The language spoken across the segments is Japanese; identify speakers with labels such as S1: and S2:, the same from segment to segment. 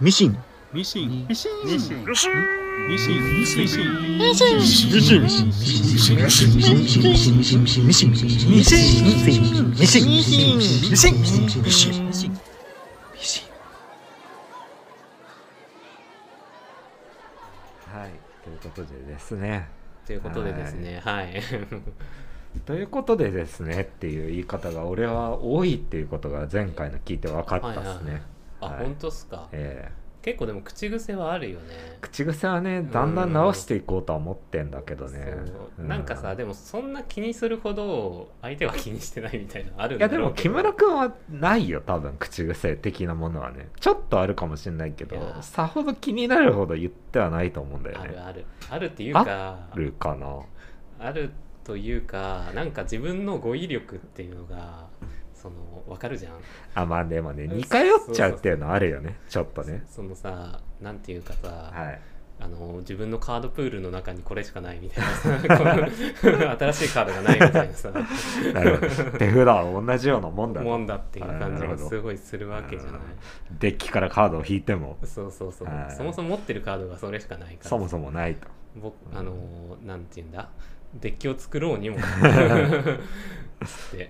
S1: ミシン。
S2: ミシン。ミシン。
S3: ミシン。
S4: ミシン
S2: ミシン。ミシン。
S4: ミ
S2: ミシン。
S4: シン
S1: ミシン。ミシン。ミシン。ミシン。ミシン。ミシン。ミシン。ミシン。ミシン。ミシン。ミシン。ミシン。ミシン。ミシン。ミシン。ミシン。ミシン。ミシン。
S3: はい、ということでですね。
S5: ということでですね、はい。
S3: ということでですねっていう言い方が俺は多いっていうことが前回の聞いて分かったですね。
S5: あ、
S3: はい
S5: 本当っすか。
S3: え
S5: 結構でも口癖はあるよね。
S3: え口癖はねだんだん直していこうとは思ってんだけどね
S5: そう。なんかさ、
S3: う
S5: でもそんな気にするほど相手は気にしてないみたいなのある
S3: い
S5: んだ
S3: や
S5: ろ
S3: でも
S5: うけ
S3: 木
S5: ど
S3: 村君はないよ多分口癖的なものはねちょっとあるかもしれないけど
S5: いや
S3: さほど気になるほど言ってはないと思うんだよ
S5: ある
S3: ね
S5: あるあるっていうか
S3: あるかな
S5: あるというかなんか自分の語彙力っていうのがそのわかるじゃん
S3: あまあでもね
S5: そう
S3: 似通っちゃうっていうのはあるよねちょっとね
S5: そのさなんていうかさ、
S3: はい
S5: あの自分のカードプールの中にこれしかないみたいなさこの 新しいカードがないみたいなさ
S3: なるほど手札は同じようなもんだ
S5: も
S3: と
S5: んだっていう感じがすごいするわけじゃない
S3: デッキからカードを引いても
S5: そうそうそう
S3: はい
S5: そもそも持ってるカードがそれしかないから
S3: そもそもないと
S5: 僕あのーなんて言うんだデッキを作ろうにもつって、
S3: っ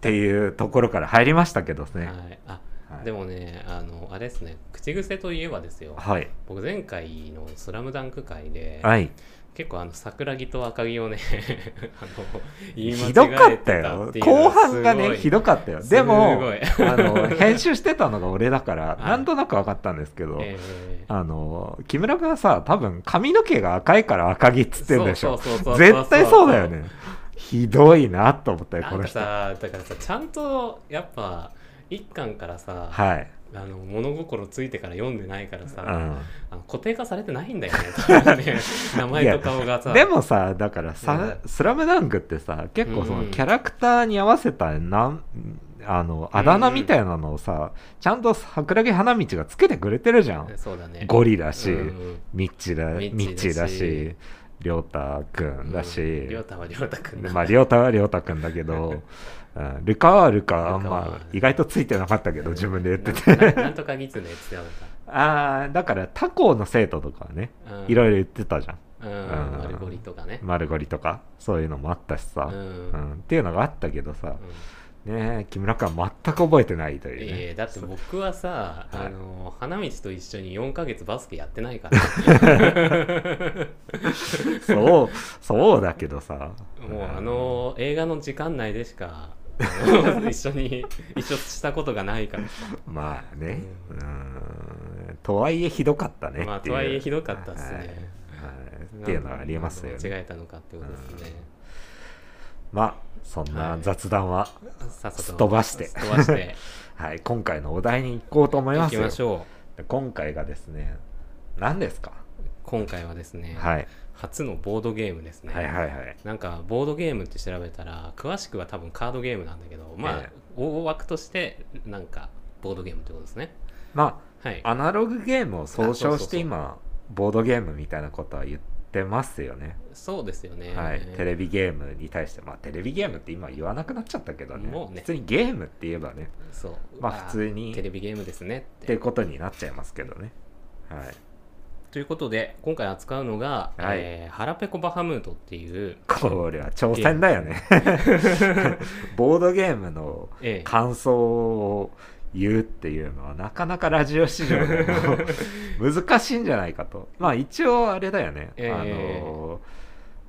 S3: ていうところから入りましたけどね
S5: はい、あ
S3: はい
S5: でもねあのあれですね口癖といえばですよ
S3: はい
S5: 僕前回の「スラムダンク会で、
S3: はい
S5: 結構あの桜木と赤木をね あの言い
S3: ひ
S5: 間違えて
S3: どかった
S5: たっ
S3: よ
S5: ていうの
S3: 後半が
S5: すご
S3: ね
S5: い
S3: ひどかったよ
S5: すごい
S3: でも
S5: え
S3: あの編集してたのが俺だから
S5: はい
S3: なんとなく分かったんですけど、
S5: え
S3: あの木村君はさ多分髪の毛が赤いから赤木っつってんでしょ
S5: そうそうそうそう
S3: 絶対そうだよねひどいなと思ったよ
S5: な
S3: こ
S5: ん
S3: の
S5: か
S3: 人
S5: さだからさちゃんとやっぱ一巻からさ、
S3: はい、
S5: あの物心ついてから読んでないからさ、
S3: う
S5: あの固定化されてないんだよね多分 ね名前と顔がさ
S3: ん、でもさだからさ「
S5: う
S3: スラムダンクってさ結構そ
S5: うん
S3: の
S5: うん
S3: キャラクターに合わせたなんあのあだ名みたいなのをさちゃんと桜木花道がつけてくれてるじゃん
S5: そうだね
S3: ゴリだし、
S5: うん
S3: ミッチだ
S5: ミ
S3: ミ
S5: ッ
S3: ッ
S5: チ
S3: チ
S5: だ
S3: だ
S5: し
S3: しりょうたくんだし、
S5: うんりょうたはりょうたくん
S3: で
S5: だ
S3: まありょうたはりょうたくんだけ ど、うん、ルカはルカは
S5: ルカは
S3: まあ意外とついてなかったけど自分で言って
S5: な
S3: て
S5: なんとかギツネって言って
S3: ああだから他校の生徒とかはね
S5: たのか
S3: いろい
S5: い
S3: ろ言ってたじゃん
S5: ろ
S3: うん
S5: マルゴリとかね
S3: 丸ゴリとかそういうのもあったし
S5: う
S3: さ、
S5: ん
S3: う
S5: うん
S3: んっていうのがあったけどさねえ木村君は全く覚えてないというね
S5: ええだって僕はさ、
S3: はい
S5: あの花道と一緒に4ヶ月バスケやってないから
S3: そうそうだけどさ
S5: もうあの映画の時間内で しかあの一緒に一緒したことがないから
S3: まあね、うーん、とはいえひどかったねっていう。
S5: まあとはいえひどかったっす
S3: は
S5: ね
S3: いはいっていうのはありますよ
S5: 何を間
S3: ね。
S5: 違えたのかってことですね、
S3: まあ、そんな雑談は、
S5: さっさと
S3: すっ飛ばして
S5: すっ飛ば して
S3: はい、今回のお題に行こうと思い
S5: 行
S3: ま
S5: き
S3: す
S5: ま
S3: よ。
S5: しょ
S3: 今回がですね、何ですか、
S5: う今回はですね、
S3: はい、
S5: 初のボードゲームですね、
S3: はいはいはい。
S5: なんかボードゲームって調べたら詳しくは多分カードゲームなんだけどまあ、
S3: ええ
S5: 大枠としてなんかボードゲームってことですね
S3: ま
S5: はい
S3: あ、アナログゲームを総
S5: あそう
S3: 称
S5: そう
S3: し
S5: そう
S3: て今、ボードゲームみたいなことは言ってますよね。
S5: そうですよね
S3: はい、テレビゲームに対して、まあ、テレビゲームって今言わなくなっちゃったけどね、
S5: もうね
S3: 普通にゲームって言えばね、
S5: そう
S3: まあ普通に
S5: テレビゲームですねっ
S3: っててことになっちゃいますけどね。 はい。
S5: ということで今回扱うのが、
S3: はい
S5: えーハラペコバハムートっていう、
S3: これは挑戦だよね。 ボードゲームの
S5: ええ
S3: 感想を言うっていうのはなかなかラジオ史上でも 難しいんじゃないかと。まあ一応あれだよね。
S5: ええ
S3: あの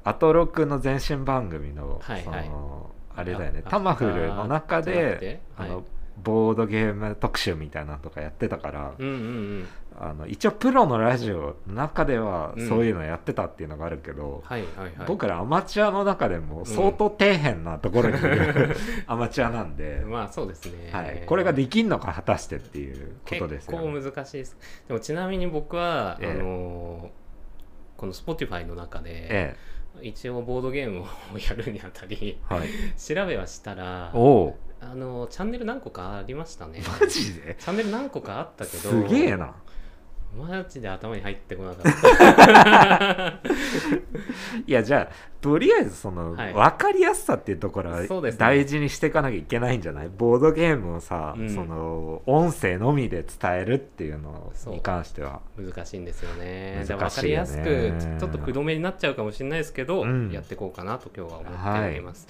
S3: アトロクの前身番組の、
S5: はい
S3: そ
S5: はい
S3: のあれだよね
S5: あ
S3: タマフルの中であ
S5: あじゃなくてはい
S3: のボードゲーム特集みたいなのとかやってたから、
S5: うんうんうん
S3: あの一応プロのラジオの中では
S5: うん
S3: そういうのやってたっていうのがあるけど、
S5: はいはいはい
S3: 僕らアマチュアの中でも相当底辺なところにいる、 アマチュアなんで、
S5: まあそうですね、
S3: はい、これができんのか果たしてっていうことですよ、ね。
S5: 結構難しいですでもちなみに僕は、
S3: ええ
S5: あのーこの Spotify の中で、
S3: え
S5: 一応ボードゲームを やるにあたり
S3: えはい、
S5: 調べはしたら
S3: おお
S5: あ のーチャンネル何個かありましたね
S3: マジで
S5: チャンネル何個かあったけど
S3: すげえな。
S5: マジで頭に入ってこなかった。
S3: いやじゃあとりあえずその、
S5: はい
S3: 分かりやすさっていうところは
S5: そうですね
S3: 大事にしていかなきゃいけないんじゃない、ボードゲームをさ、
S5: うん
S3: その音声のみで伝えるっていうのに関しては
S5: 難しいんですよね。
S3: 難しいよね
S5: 分かりやすく、ちょっとくどめになっちゃうかもしれないですけど、
S3: うん
S5: やっていこうかなと今日は思っております。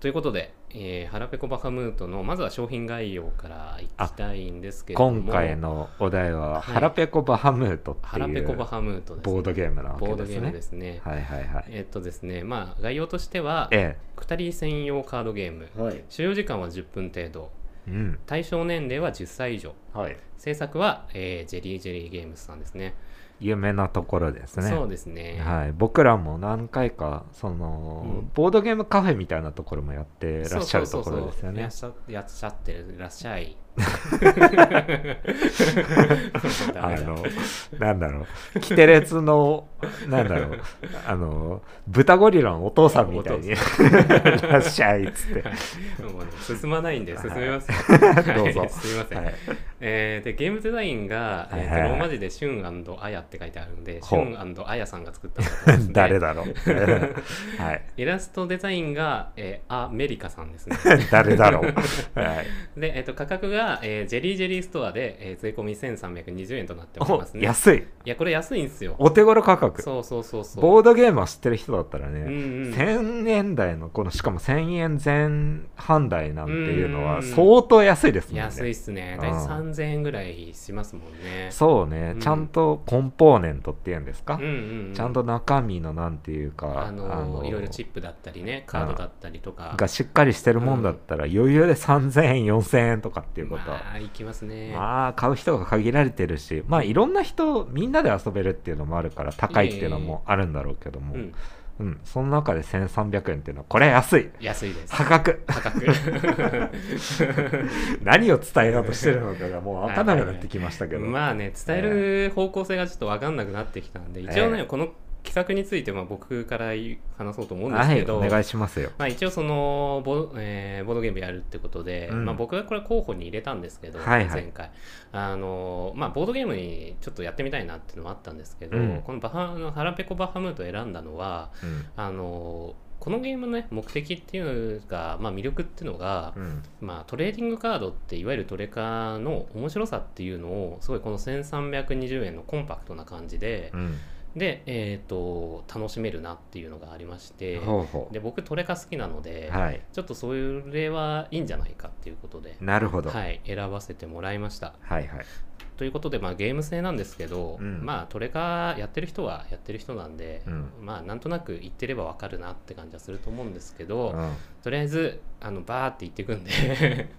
S5: ということで、えー、腹ペコバハムートの、まずは商品概要からいきたいんですけれども、
S3: 今回のお題は「
S5: い
S3: ハラペコバハムート」って
S5: 腹
S3: い
S5: ペ
S3: う
S5: コバハムートです、ね。
S3: ボードゲームなわ
S5: ボ
S3: け
S5: ード
S3: で
S5: ゲ
S3: す
S5: ーム
S3: ね
S5: で。すね。
S3: はいはいはい。
S5: えっとですね、まあ、概要としては、
S3: え
S5: 2人専用カードゲーム、
S3: え。はい。
S5: 使用時間は10分程度、
S3: うん。
S5: 対象年齢は10歳以上、
S3: はい。
S5: 制作は、えージェリージェリーゲームズさんですね。
S3: 有名なところですね。
S5: そうですね。
S3: はい、僕らも何回かその、
S5: うん
S3: ボードゲームカフェみたいなところもやってら
S5: そ
S3: っ
S5: う
S3: しゃ
S5: そう
S3: ると
S5: そう
S3: こ
S5: そう
S3: ろですよ
S5: いら
S3: ね
S5: っ。しゃいらっしゃってる、いらっし ゃい。ダ
S3: あ
S5: メだ
S3: のなんだろうキテレツのなんだろうあの豚ゴリラのお父さんみたいに「い
S5: お
S3: らっしゃ い」っつって
S5: もうね進まないんで進めます。
S3: い どうぞ
S5: はいすみません。
S3: はい
S5: えーでゲームデザインが、えーと
S3: はいはい
S5: ローマ字でシュンアヤって書いてあるんで、シ
S3: ほう
S5: ュンアヤさんが作ったんだと思うんですね
S3: 誰だろうはい
S5: イラストデザインが、えーアメリカさんです ね。
S3: 誰だろうはい
S5: で、えーと価格が、えージェリージェリーストアで、えー税込み1320円となっております
S3: お
S5: ね。い
S3: 安い
S5: や、これ安いんですよ。
S3: お手頃価格
S5: そうそうそうそう。
S3: ボードゲームを知ってる人だったらね、
S5: うんうん
S3: 1000円台のこのしかも1000円前半台なんていうの
S5: う
S3: は
S5: ん
S3: 相当安いですもんね
S5: 安いっすね。
S3: うん
S5: 大体3000円ぐらいしますもんね。
S3: そうね、
S5: うん
S3: ちゃんとコンポーネントっていうんですか、
S5: うんうんうん
S3: ちゃんと中身のなんていうか
S5: あのいろいろチップだったりね、カードだったりとか。
S3: がしっかりしてるもんだったら、余裕で3000円4000円とかっていうことは、
S5: まあ、いきますね。
S3: まあ買う人が限られてるしまあいろんな人みんなで遊べるっていうのもあるから高いっていうのもあるんだろうけども、
S5: うん、
S3: うん、その中で1300円っていうのはこれ安い
S5: 安いです。
S3: 破格
S5: 価格。
S3: 何を伝えようとしてるのかがもう分かんなくなってきましたけど、
S5: まあね、伝える方向性がちょっと分かんなくなってきたんで、一応ね、
S3: ええ
S5: この企画についてまあ僕から話そうと思うんです
S3: は
S5: け
S3: い
S5: ど、
S3: お願いしますよ
S5: まあ、一応そのボ,、えーボードゲームやるってことで、
S3: うん
S5: まあ、僕がこれ候補に入れたんですけど、
S3: はいはい
S5: 前回あの、まあ、ボードゲームにちょっとやってみたいなっていうのもあったんですけど、
S3: うん
S5: このバハあのハラペコバハムートを選んだのは
S3: うん
S5: あのこのゲームの、ね、目的っていうのが、まあ、魅力っていうのが、
S3: うん
S5: まあ、トレーディングカードっていわゆるトレカの面白さっていうのをすごいこの1320円のコンパクトな感じで、
S3: うん
S5: で、えー、と楽しめるなっていうのがありまして。
S3: ほうほ
S5: で僕トレカ好きなので、
S3: うはい
S5: ちょっとそれはいいんじゃないかっていうことで、
S3: なるほど、
S5: はい、選ばせてもらいました。
S3: はいはい
S5: ということで、まあ、ゲーム性なんですけど、
S3: うん
S5: まあトレカやってる人はやってる人なんで、
S3: うん
S5: まあなんとなく言ってればわかるなって感じはすると思うんですけど、
S3: うん
S5: とりあえずあのバーって言ってくんで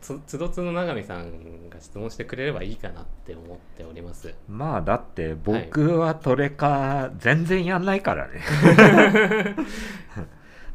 S5: つつどつど永見さんが質問してくれればいいかなって思っております。
S3: まあだって僕はトレカ全然やんないからね、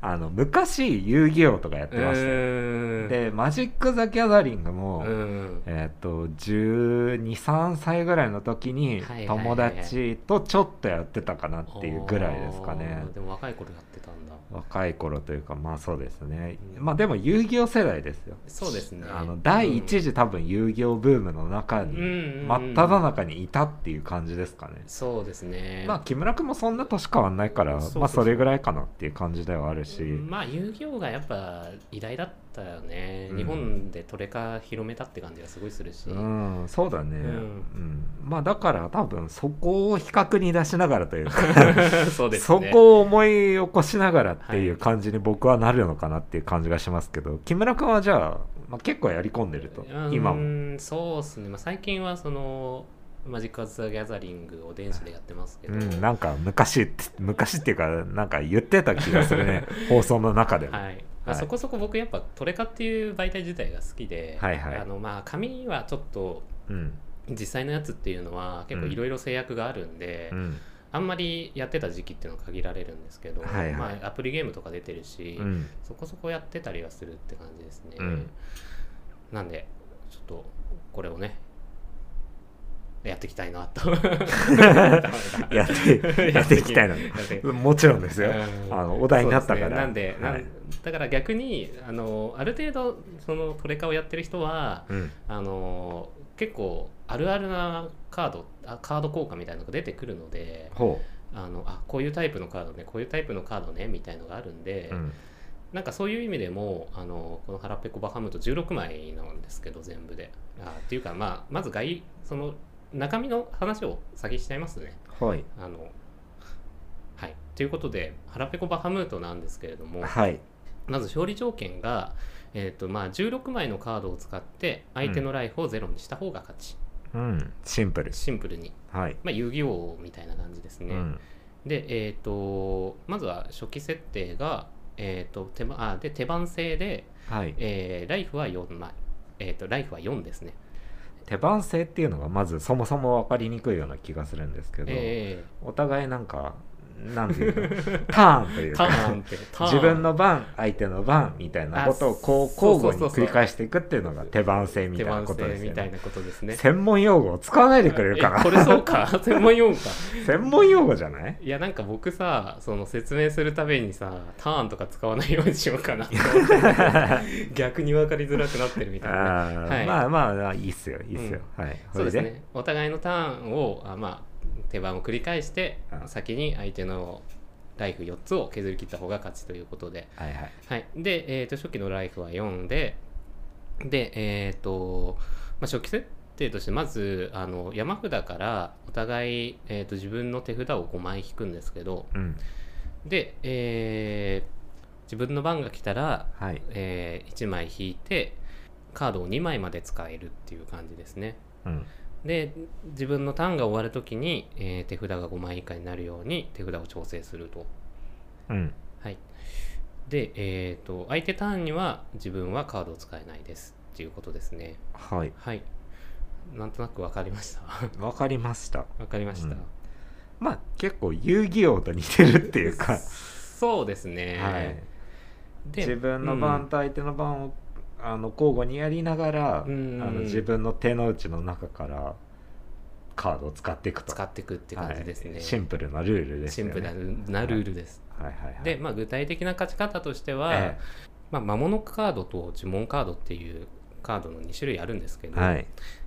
S3: あの昔遊戯王とかやってましたよ
S5: うーん
S3: でマジック・ザ・ギャザリング
S5: う
S3: も、
S5: ん
S3: えっと123歳ぐらいの時に
S5: はいはいはい
S3: 友
S5: はい
S3: 達とちょっとやってたかなっていうぐらいですかね、
S5: あーでも若い頃やってたんだ。
S3: 若い頃というかまあそうですね、
S5: うん
S3: まあでも遊戯王世代ですよ
S5: そうですね
S3: あの第一次多分遊戯王ブームの中に、
S5: うんうんうん
S3: 真っ只中にいたっていう感じですかね、
S5: そうですね。
S3: まあ木村君もそんな年変わんないから
S5: そうそうそう
S3: まあそれぐらいかなっていう感じではあるし、
S5: まあ遊戯王がやっぱ偉大だったよね、
S3: うん
S5: 日本でトレカ広めたって感じがすごいするし、
S3: うん、そうだね、
S5: う
S3: うんんまあだから多分そこを比較に出しながらというか
S5: そうです
S3: そ
S5: ね
S3: こを思い起こしながらっていう感じに僕はなるのかなっていう感じがしますけど、木村君はじゃあ、まあ、結構やり込んでると
S5: うん
S3: 今も
S5: そうですね、まあ、最近はそのマジック・アザ・ギャザリングを電子でやってますけ
S3: う
S5: ど、
S3: ん、なんか昔って昔っていうかなんか言ってた気がする ね放送の中でも、
S5: はいまあ、
S3: はい
S5: そこそこ僕やっぱトレカっていう媒体自体が好きで、
S3: はいはい
S5: あのまあ紙はちょっと
S3: うん
S5: 実際のやつっていうのは結構いろいろ制約があるんで、
S3: うん
S5: あんまりやってた時期っていうのは限られるんですけど、
S3: はいはい
S5: まあ、アプリゲームとか出てるし、
S3: うん
S5: そこそこやってたりはするって感じですね。
S3: うん
S5: なんで、ちょっとこれをね、やっていきたいな と
S3: やってやっていきたい のに
S5: やっていき
S3: もちろんですよ
S5: うん
S3: あのお題になったから
S5: そうですねなんで、なん
S3: はい
S5: だから逆にあのある程度そのトレカをやってる人は
S3: うん
S5: あの結構あるあるなカードあカード効果みたいなのが出てくるので
S3: ほ
S5: あのあこういうタイプのカードねこういうタイプのカードねみたいのがあるんで、
S3: う、うん、
S5: なんかそういう意味でもあのこの「腹ペコバハムト」16枚なんですけど全部であっていうか、まあ、まず外その中身の話を先にしちゃいますね
S3: はい
S5: あのはいということで「腹ペコバハムト」なんですけれども
S3: はい
S5: まず勝利条件が、えーとまあ、16枚のカードを使って相手のライフをゼロにした方が勝ち、
S3: うんシンプル
S5: シンプルに、
S3: はい、
S5: まあ、遊戯王みたいな感じですね、
S3: うん
S5: で、えー、とまずは初期設定が、えー、と手ばあで手番制で、
S3: はい、
S5: えーライフは4枚、えー、とライフは4ですね、
S3: 手番制っていうのがまずそもそも分かりにくいような気がするんですけど、
S5: え
S3: お互いなんかなんていう のターンという
S5: ー、
S3: か
S5: ターンってタ ーン
S3: 自分の番相手の番みたいなことをこう
S5: あそう
S3: 交互に
S5: そうそうそう
S3: 繰り返していくっていうのが手番制みた
S5: 手
S3: いな
S5: 番
S3: ことで
S5: 制
S3: す
S5: み
S3: よ
S5: たい
S3: ね
S5: なことですね
S3: 専門用語を使わないでくれるか
S5: え
S3: な
S5: これそうか 専門用語か
S3: 専門用語じゃ ない
S5: いやなんか僕さその説明するためにさターンとか使わないようにしようかなと思って逆に分かりづらくなってるみ
S3: あ
S5: たいなね
S3: ー、
S5: はい
S3: まあまあいいっすよいいっすよ、はい
S5: そうです
S3: れ
S5: ねお互いのターンをあ、まあ、手番を繰り返して
S3: うん
S5: 先に相手のライフ4つを削り切った方が勝ちということで、
S3: はいはい
S5: はい、で、えー、と初期のライフは4ででえっ、と、まあ、初期設定としてまずあの山札からお互い、えー、と自分の手札を5枚引くんですけど
S3: うん
S5: で、えー自分の番が来たら、
S3: はい
S5: え1枚引いてカードを2枚まで使えるっていう感じですね。
S3: うん
S5: で自分のターンが終わるときに、えー手札が5枚以下になるように手札を調整すると。
S3: うん
S5: はい、で、えーと、相手ターンには自分はカードを使えないですっていうことですね。
S3: はい
S5: はい。なんとなく分かりました。
S3: わかりました
S5: 分かりました。
S3: うんまあ結構遊戯王と似てるっていうか、
S5: そうですね。
S3: はい
S5: で
S3: 自分の番と相手の番を、あの交互にやりながら、
S5: うん
S3: あの自分の手の内の中からカードを使っていくと
S5: 使っていくって感じですね。
S3: はいシンプルなルールです
S5: シ
S3: よ
S5: ン
S3: ね
S5: プルなルなルールです。
S3: はいはいはい
S5: で、まあ、具体的な勝ち方としては、
S3: え
S5: まあ、魔物カードと呪文カードっていうカードの2種類あるんですけ
S3: え
S5: ど、
S3: はい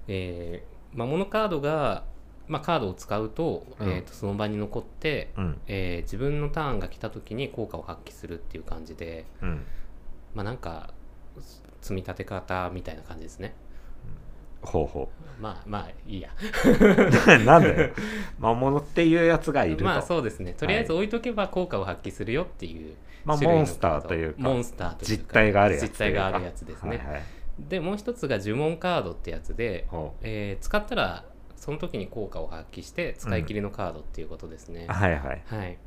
S5: えー魔物カードが、まあ、カードを使うと,、
S3: うん
S5: えーとその場に残って、
S3: うん
S5: えー自分のターンが来た時に効果を発揮するっていう感じで、
S3: うん
S5: まあ、なんかす積み立て方みたいな感じですね
S3: 方法
S5: まあまあいいや
S3: なんで 魔物っていうやつがいると、
S5: ま
S3: ま
S5: あ
S3: あ
S5: そうですねとりあえず置いとけば効果を発揮するよっていう種類
S3: モ
S5: の
S3: ンスターというか
S5: モンスターというか
S3: 実体があるやつという
S5: 実
S3: か
S5: 体があるやつですね、
S3: はいはい
S5: でもう一つが呪文カードってやつで、
S3: ほう
S5: えー使ったらその時に効果を発揮して使い切りのカードっていうことですね、
S3: はいはい
S5: はい。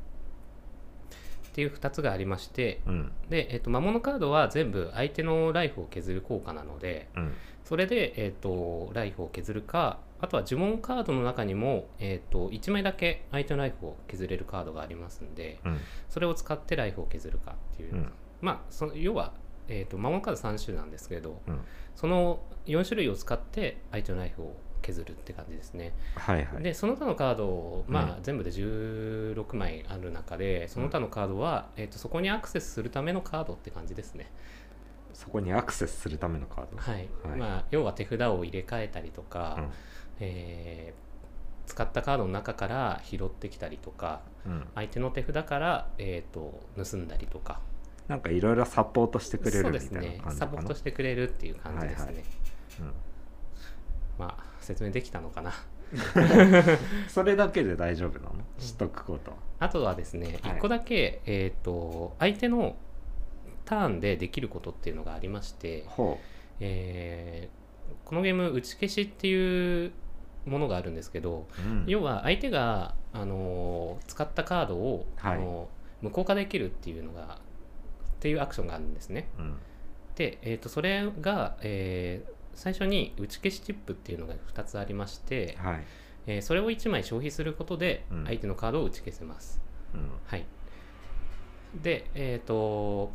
S5: っていう2つがありまして、
S3: うん
S5: で、えっと、魔物カードは全部相手のライフを削る効果なので、
S3: うん
S5: それで、えっと、ライフを削るか、あとは呪文カードの中にも、えっと、1枚だけ相手のライフを削れるカードがありますんで、
S3: うん
S5: それを使ってライフを削るかっていう。
S3: うん
S5: まあ、その要は、えっと、魔物カード3種なんですけど、
S3: うん
S5: その4種類を使って相手のライフを削るって感じですね。
S3: はいはい
S5: でその他のカードを、まあ
S3: う
S5: 全部で16枚ある中でその他のカードは、えっとそこにアクセスするためのカードって感じですね、
S3: そこにアクセスするためのカード
S5: はい
S3: はい
S5: まあ、要は手札を入れ替えたりとか、
S3: うん
S5: えー使ったカードの中から拾ってきたりとか
S3: うん
S5: 相手の手札から、えー、と盗んだりとか
S3: なんかいろいろサポートしてくれ
S5: そう
S3: るみ
S5: です
S3: たい
S5: ね
S3: な感じ
S5: サ
S3: か
S5: ポー
S3: な
S5: トしてくれるっていう感じですね、
S3: はいはいうん
S5: まあ説明できたのかな
S3: それだけで大丈夫なのしとくことは
S5: あとはですね、
S3: はい
S5: 1個だけ、えー、と相手のターンでできることっていうのがありまして、
S3: ほ
S5: えーこのゲーム打ち消しっていうものがあるんですけど、
S3: う、うん
S5: 要は相手が、あのー使ったカードを、
S3: はい
S5: あのー無効化できるっていうのがっていうアクションがあるんですね。
S3: うん
S5: で、えー、とそれが、えー最初に打ち消しチップっていうのが2つありまして、
S3: はい、
S5: えーそれを1枚消費することで
S3: うん
S5: 相手のカードを打ち消せます。
S3: うん
S5: はい、で、えー、と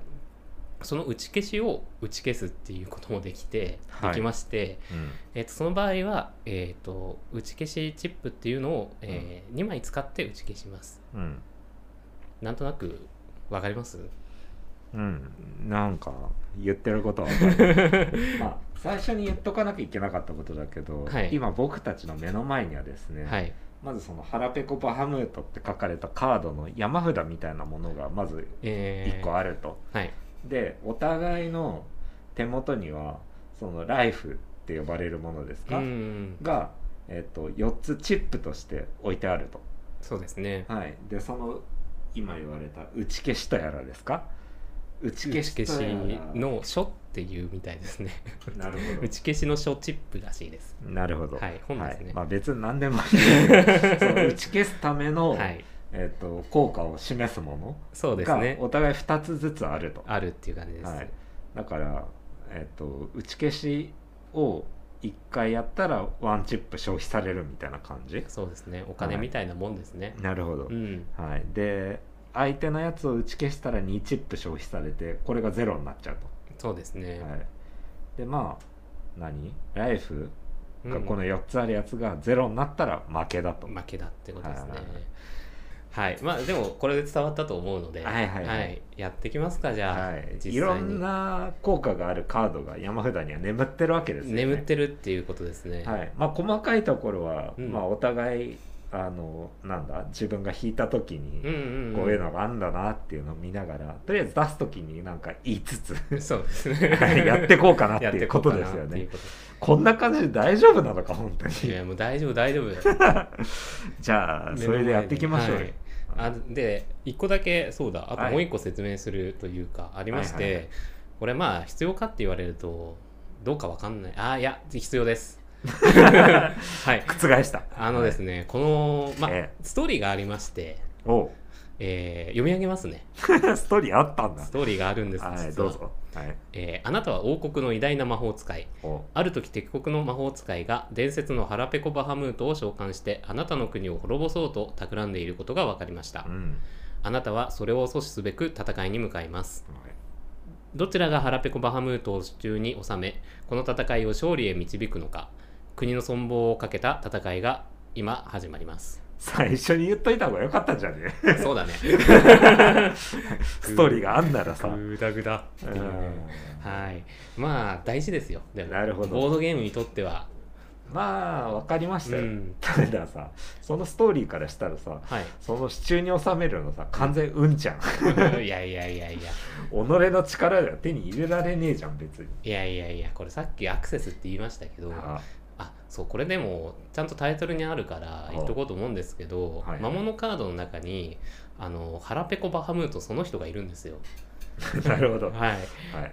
S5: その打ち消しを打ち消すっていうこともできて、
S3: はい
S5: できまして、
S3: うん
S5: えー、とその場合は、えー、と打ち消しチップっていうのを、え2枚使って打ち消します
S3: うん
S5: なんとなくわかります
S3: うん、なんか言ってることは分か るまあ最初に言っとかなきゃいけなかったことだけど、
S5: はい
S3: 今僕たちの目の前にはですね、
S5: はい
S3: まずその「腹ペコバハムート」って書かれたカードの山札みたいなものがまず
S5: えー
S3: 1個あると、
S5: はい
S3: でお互いの手元にはその「ライフ」って呼ばれるものです
S5: う
S3: か、
S5: ん
S3: が、えっと4つチップとして置いてあると。
S5: そうですね
S3: はい、でその今言われた打ち消しとやらですか打ち消
S5: 打ち
S3: し
S5: 消
S3: とやら
S5: しの書っていうみたいですね
S3: なるほ
S5: 打ち消しの書チップらしいです
S3: どなるほど
S5: はい本ですね
S3: まあ別に何 でもいいんですけどその打ち消すための、
S5: はい
S3: えっと効果を示すも
S5: そう
S3: の
S5: です
S3: が、
S5: ね
S3: お互い2つずつあると
S5: あるっていう感じです、
S3: はい、だから、えっと打ち消しを1回やったらワンチップ消費されるみたいな感じ
S5: そうですねお金みたいなもんですね、
S3: なるほど、
S5: うん
S3: はい、で相手のやつを打ち消したら2チップ消費されてこれがゼロになっちゃう
S5: そうですね
S3: と、、はい、でまあ何ライフが
S5: うん
S3: この4つあるやつがゼロになったら負けだと、
S5: 負けだってことですね
S3: はいはいは。
S5: はい、まあでもこれで伝わったと思うので、
S3: はいはいはい
S5: やってきますかじゃあ、
S3: はい、
S5: 実際に
S3: いろんな効果があるカードが山札には眠ってるわけですよね
S5: 眠ってるっていうことですね。
S3: はいまあ、細かいところは、
S5: うん
S3: まあ、お互いあのなんだ自分が引いた時
S5: うん
S3: に
S5: うん、うん、
S3: こういうのがあんだなっていうのを見ながら、とりあえず出す時になんか言いつ つ
S5: そうですね。
S3: やってこうかなって
S5: やっ
S3: い
S5: て
S3: うこ
S5: こ
S3: と
S5: うか
S3: で
S5: なっ
S3: す
S5: て
S3: よね
S5: いう。ことです
S3: こんな感じで大丈夫なのか本当
S5: い
S3: に
S5: やもう大丈夫大丈夫。
S3: じゃあそれでやっていきましょうよ
S5: はいあで一個だけそうだあ
S3: は
S5: と
S3: い
S5: もう一個説明するというかありまして、
S3: はいはいはい
S5: これまあ必要かって言われるとどうかわかんないあいや必 要です。はい
S3: 覆した
S5: あのですね、この、まあ
S3: ええ
S5: ストーリーがありまして、
S3: おう
S5: えー読み上げますね。
S3: ストーリーあったんだ
S5: ストーリーがあるんです。
S3: はい
S5: 実
S3: ど
S5: は
S3: うぞはい
S5: えーあなたは王国の偉大な魔法使い。
S3: おう
S5: ある時敵国の魔法使いが伝説の腹ペコバハムートを召喚してあなたの国を滅ぼそうと企んでいることが分かりました、
S3: うん
S5: あなたはそれを阻止すべく戦いに向かいます
S3: はい
S5: どちらが腹ペコバハムートを手中に収めこの戦いを勝利へ導くのか国の存亡をかけた戦いが今始まります
S3: 最初に言っといた方がよかったんじゃねえ
S5: そうだね
S3: ストーリーがあんならさ
S5: グダグダっていうね
S3: うん
S5: はいまあ大事ですよでも
S3: なるほど
S5: ボードゲームにとっては
S3: まあわかりまし
S5: う
S3: たよ
S5: ん
S3: たださそのストーリーからしたらさ
S5: はい
S3: その支柱に収めるのさ完全うんちゃん己
S5: いやいやいやいや
S3: の力では手に入れられねえじゃん別に
S5: いやいやいやこれさっきアクセスって言いましたけどあ
S3: あ
S5: そうこれでもちゃんとタイトルにあるから言っとこうと思うんですけど、
S3: はい
S5: 魔物カードの中にあの腹ペコバハムートその人がいるんですよ
S3: なるほど、は
S5: はい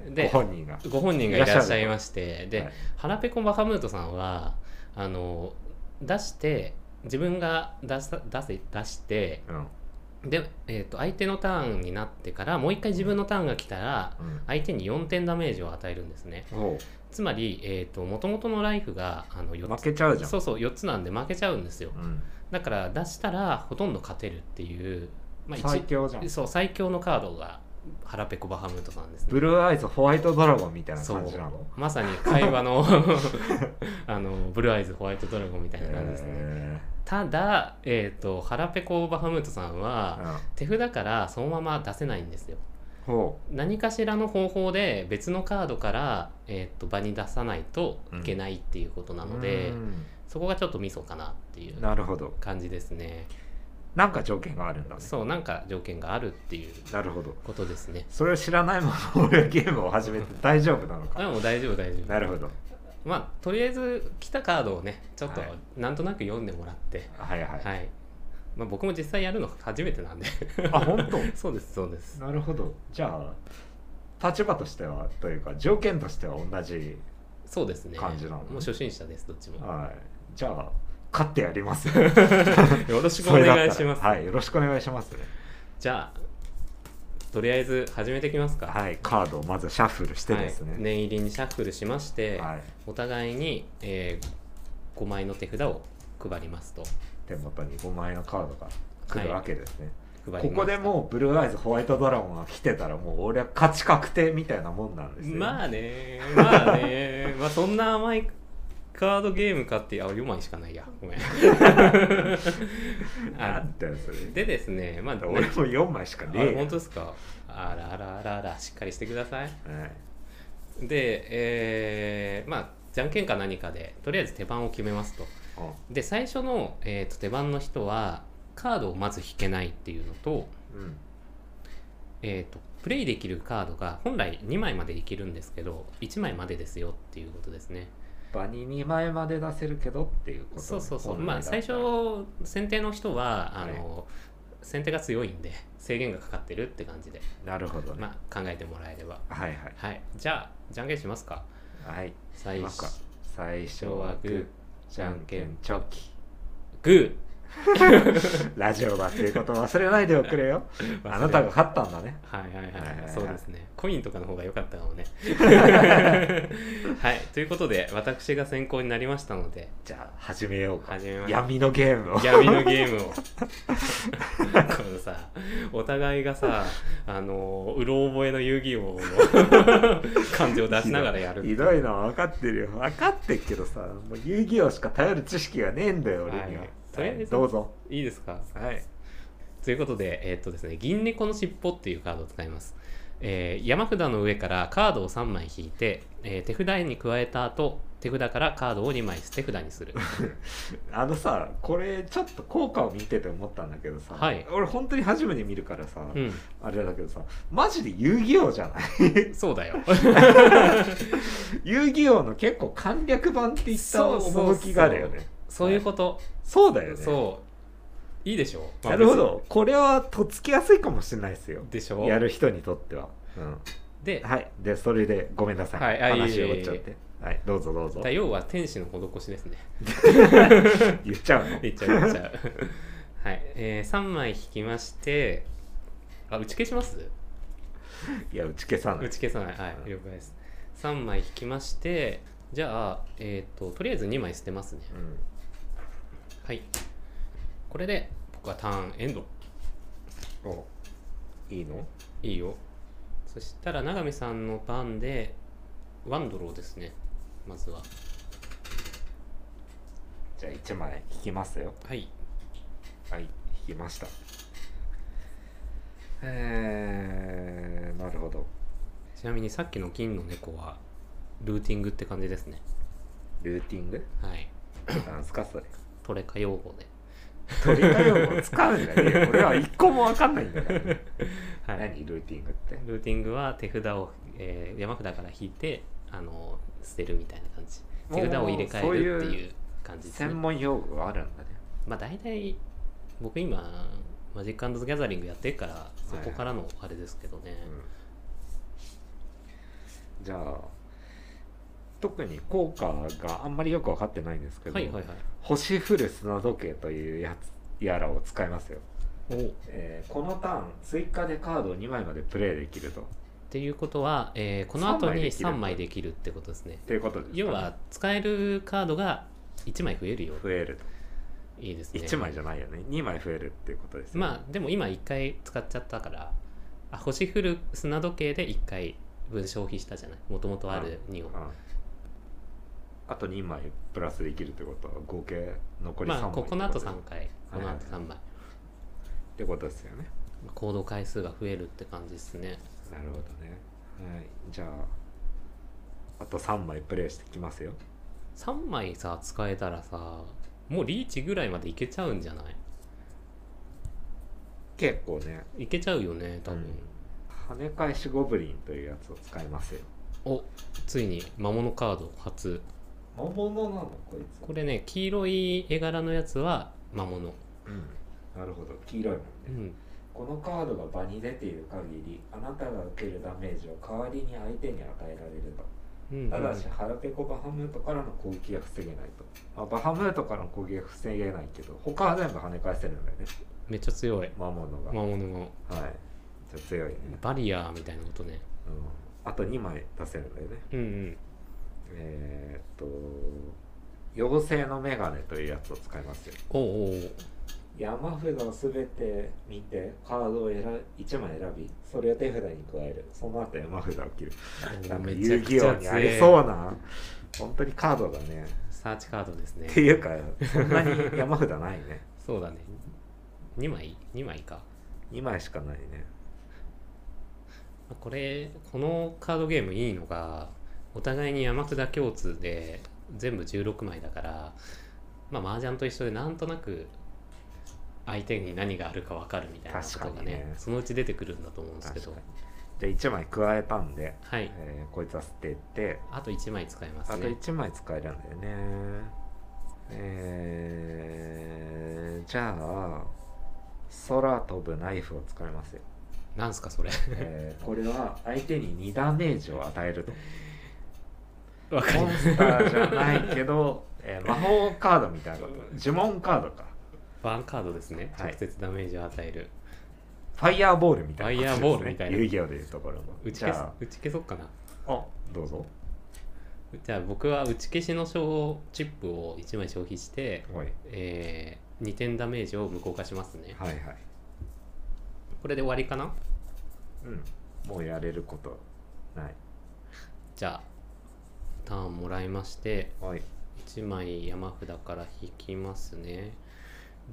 S3: い、
S5: で
S3: ご本人が
S5: ご本人がいらっしゃいましてで、
S3: はい
S5: 腹ペコバハムートさんはあの出して自分が出さ出せ出して
S3: うん
S5: で、えー、と相手のターンになってからもう一回自分のターンが来たら
S3: うん
S5: 相手に4点ダメージを与えるんですね
S3: おう
S5: つまり、えー、と元々のライフがあの4
S3: 負
S5: つ
S3: けちゃうじゃん
S5: そうそう4つなんで負けちゃうんですよ
S3: うん
S5: だから出したらほとんど勝てるっていう、まあ、一
S3: 最強じゃん
S5: そう最強のカードが腹ペコバハムートさんですね
S3: ブルーアイズホワイトドラゴンみたいな
S5: そう
S3: 感じなの
S5: まさに会話の あのブルーアイズホワイトドラゴンみたいな感じですね、
S3: へ
S5: ただ、えー、と腹ペコバハムートさん
S3: ー
S5: は
S3: うん
S5: 手札からそのまま出せないんですよ
S3: ほ
S5: 何かしらの方法で別のカードから、えー、と場に出さないといけないっていうこと
S3: う
S5: なので、
S3: うん
S5: そこがちょっとミソかなっていう
S3: なるほど
S5: 感じですね
S3: なんか条件があるんだね
S5: そうなんか条件があるっていう
S3: なるほど
S5: ことですね
S3: それを知らないまま俺はゲームを始めて大丈夫なの
S5: あ
S3: か
S5: もう大丈夫大丈夫
S3: なるほど
S5: まあとりあえず来たカードをねちょっと
S3: はい
S5: なんとなく読んでもらって
S3: はいは
S5: はい、
S3: い
S5: まあ、僕も実際やるの初めてなんで
S3: あ本当
S5: そうですそうです
S3: なるほどじゃあ立場としてはというか条件としては同じ
S5: そうですね
S3: 感じなのね
S5: もう初心者ですどっちも
S3: はいじゃあ勝ってやりますよ
S5: よろしくお
S3: それだった
S5: 願い
S3: ら
S5: します、
S3: はいよろしくお願いします
S5: じゃあとりあえず始めていきますか
S3: はいカードをまずシャッフルしてです
S5: はい
S3: ね
S5: 念入りにシャッフルしまして、
S3: はい
S5: お互いに、え5枚の手札を配りますと
S3: 手元に5枚のカードが来るわけですね、
S5: 配りました
S3: ここでもうブルーアイズホワイトドラゴンが来てたらもう俺は勝ち確定みたいなもんなんですよ、
S5: まあねまあ ねまあそんな甘いカードゲームかっていうあ4枚しかないや ごめん
S3: な
S5: あ
S3: んだよそれ
S5: でですねまあね
S3: 俺も4枚しか
S5: あ
S3: ねえよ
S5: 本当ですかあらあらあらあらしっかりしてください
S3: はい
S5: でえーまあじゃんけんか何かでとりあえず手番を決めますとで最初の、えーと手番の人はカードをまず引けないっていうのと,、
S3: うん
S5: えーとプレイできるカードが本来2枚までいけるんですけど1枚までですよっていうことですね
S3: 場に2枚まで出せるけどっていうことね
S5: そうそうそう
S3: 本来
S5: ま
S3: だ
S5: あ
S3: った
S5: 最
S3: ら
S5: 初先手の人はあの、先手が強いんで制限がかかってるって感じで、
S3: なるほどね、
S5: まあ、考えてもらえれば
S3: はいはい
S5: はいじゃあじゃんけんしますか
S3: はい
S5: 最
S3: 今
S5: 初
S3: か最初はグーじゃんけんチョキ
S5: グ
S3: ラジオだっていうこと忘れないでおくれ よ
S5: れ
S3: あなたが勝ったんだね
S5: ーはいはいは
S3: は
S5: い、
S3: いはいはい
S5: そうですねコインとかの方が良かったか もねはいということで私が先行になりましたの で
S3: じゃあ始めようか
S5: 始めます
S3: 闇のゲームを
S5: 闇のゲームを このさお互いがさあのうろ覚えの遊戯王の 感情を出しながらやるって
S3: ひどいのは分かってるよ分かってるけどさもう遊戯王しか頼る知識がねえんだよ俺には、
S5: はいとりあえず
S3: どうぞ
S5: いいですか
S3: はい
S5: ということで、えーっとですね、銀猫の尻尾っていうカードを使います。えー山札の上からカードを3枚引いて、えー手札に加えた後、手札からカードを2枚捨て札に する。
S3: あのさこれちょっと効果を見てて思ったんだけどさ、
S5: はい
S3: 俺本当に初めて見るからさ、
S5: うん、
S3: あれだけどさマジで遊戯王じゃない
S5: そうだよ。
S3: 遊戯王の結構簡略版っていった
S5: そうそうそう
S3: 趣があるよね
S5: そういうこと。
S3: そうだよね
S5: そう。いいでしょう。まあ
S3: なるほどこれはとっつきやすいかもしれないですよ
S5: 別にでしょう
S3: やる人にとっては、うん、
S5: で、
S3: はいでそれでごめんなさい、
S5: はいあ
S3: 話
S5: いえいえ
S3: 終わっちゃってはいどうぞどうぞ
S5: だ要は天使の施しですね。
S3: 言っちゃうの
S5: いっちゃういっちゃう。はい、え3枚引きまして、あ、打ち消します
S3: いや打ち消さな
S5: 打
S3: い
S5: ち消さないは
S3: うん
S5: い了解です3枚引きましてじゃあえっ、ととりあえず2枚捨てますね
S3: うん
S5: はいこれで僕はターンエンド
S3: おいいの
S5: いいよそしたら永見さんの番でワンドローですねまずは
S3: じゃあ1枚引きますよ
S5: はい
S3: はい引きましたえー、なるほど
S5: ちなみにさっきの金の猫はルーティングって感じですね
S3: ルーティング
S5: はい
S3: なんすかそれ
S5: トレカ用語で
S3: 鳥かよ使うんじゃね えよ俺は一個も分かんないんだから、ね、
S5: はい
S3: 何ルーティングって
S5: ルーティングは手札を、えー山札から引いてあの捨てるみたいな感じ
S3: もう
S5: 手札を入れ替えるって
S3: そう
S5: い
S3: いう
S5: う感じですね
S3: 専門用語があるんだね
S5: まあ大体僕今マジックギャザリングやってるからそこからのあれですけどね、
S3: じゃあ特に効果があんまりよく分かってないんですけど、
S5: はいはいはい
S3: 星降る砂時計というやつやらを使いますよ、
S5: おっ
S3: えーこのターン追加でカードを2枚までプレイできるとって
S5: いうことは、えーこの後に3
S3: 3
S5: 枚
S3: 枚
S5: できるってことですね
S3: ていうことですかね、
S5: 要は使えるカードが1枚増えるよ
S3: 増えると
S5: いいですね
S3: 1枚じゃないよね2枚増えるっていうことですよね
S5: まあでも今1回使っちゃったからあ星降る砂時計で1回分消費したじゃないもともとある2を
S3: うんあと2枚プラスできるってことは合計残り3枚
S5: まあここの後
S3: と
S5: 3回この後3枚、
S3: ってことですよね
S5: 行動回数が増えるって感じですね
S3: なるほどねはいじゃああと3枚プレイしてきますよ
S5: 3枚さ使えたらさもうリーチぐらいまでいけちゃうんじゃない
S3: 結構ね
S5: いけちゃうよね多分、
S3: 跳ね返しゴブリンというやつを使いますよ
S5: おついに魔物カード初
S3: 魔物なのこいつ
S5: これね黄色い絵柄のやつは魔物
S3: うんなるほど黄色いもんね、
S5: うん
S3: このカードが場に出ている限りあなたが受けるダメージは代わりに相手に与えられると
S5: うん
S3: ただし腹ペコバハムートからの攻撃は防げないと、まあ、バハムートからの攻撃は防げないけど他は全部跳ね返せるんだよね
S5: めっちゃ強い
S3: 魔物が、
S5: 魔物の
S3: はいじゃあ強いね、
S5: バリアーみたいなことね
S3: うん、あと2枚出せるんだよね
S5: うんうん
S3: えーっと妖精のメガネというやつを使いますよ
S5: おうおう
S3: 山札をすべて見てカードを選1枚選びそれを手札に加えるその後山札を切るなんか
S5: めち
S3: 遊
S5: ゃく
S3: 戯
S5: ちゃ
S3: 王にあ
S5: 強
S3: り
S5: い
S3: そうな本当にカードだね
S5: サーチカードですね
S3: っていうかそんなに山札ないね
S5: そうだね2枚2枚か
S3: 2枚しかないね
S5: これこのカードゲームいいのがお互いに山札共通で全部16枚だからまあ麻雀と一緒でなんとなく相手に何があるか分かるみたいなこと
S3: 確
S5: が
S3: か
S5: ね
S3: にね
S5: そのうち出てくるんだと思うんですけ
S3: 確
S5: ど
S3: かにじゃあ1枚加えたんで、
S5: はい
S3: えーこいつは捨てて
S5: あと1枚使えま
S3: あ
S5: す
S3: と
S5: ね
S3: 1枚使えるんだよねえー、じゃあ空飛ぶナイフを使いますよ、
S5: なんすかそれ
S3: えーこれは相手に2ダメージを与えると
S5: わかり
S3: モン
S5: ます
S3: スターじゃないけど、えー魔法カードみたいなこと呪文カードか
S5: ワンカードですね
S3: はい
S5: 直接ダメージを与える、
S3: ファイヤーボールみたいなことですね
S5: ファイヤーボールみたいな
S3: 遊戯王でいうところの
S5: 打ち
S3: じ
S5: 消す
S3: ゃ
S5: 打ち消そうかな
S3: ああどうぞ
S5: じゃあ僕は打ち消しの消チップを1枚消費して、
S3: はい
S5: えー、2点ダメージを無効化しますね
S3: はいはい
S5: これで終わりかな
S3: うんもうやれることない
S5: じゃあターンもらいまして
S3: はい
S5: 1枚山札から引きますね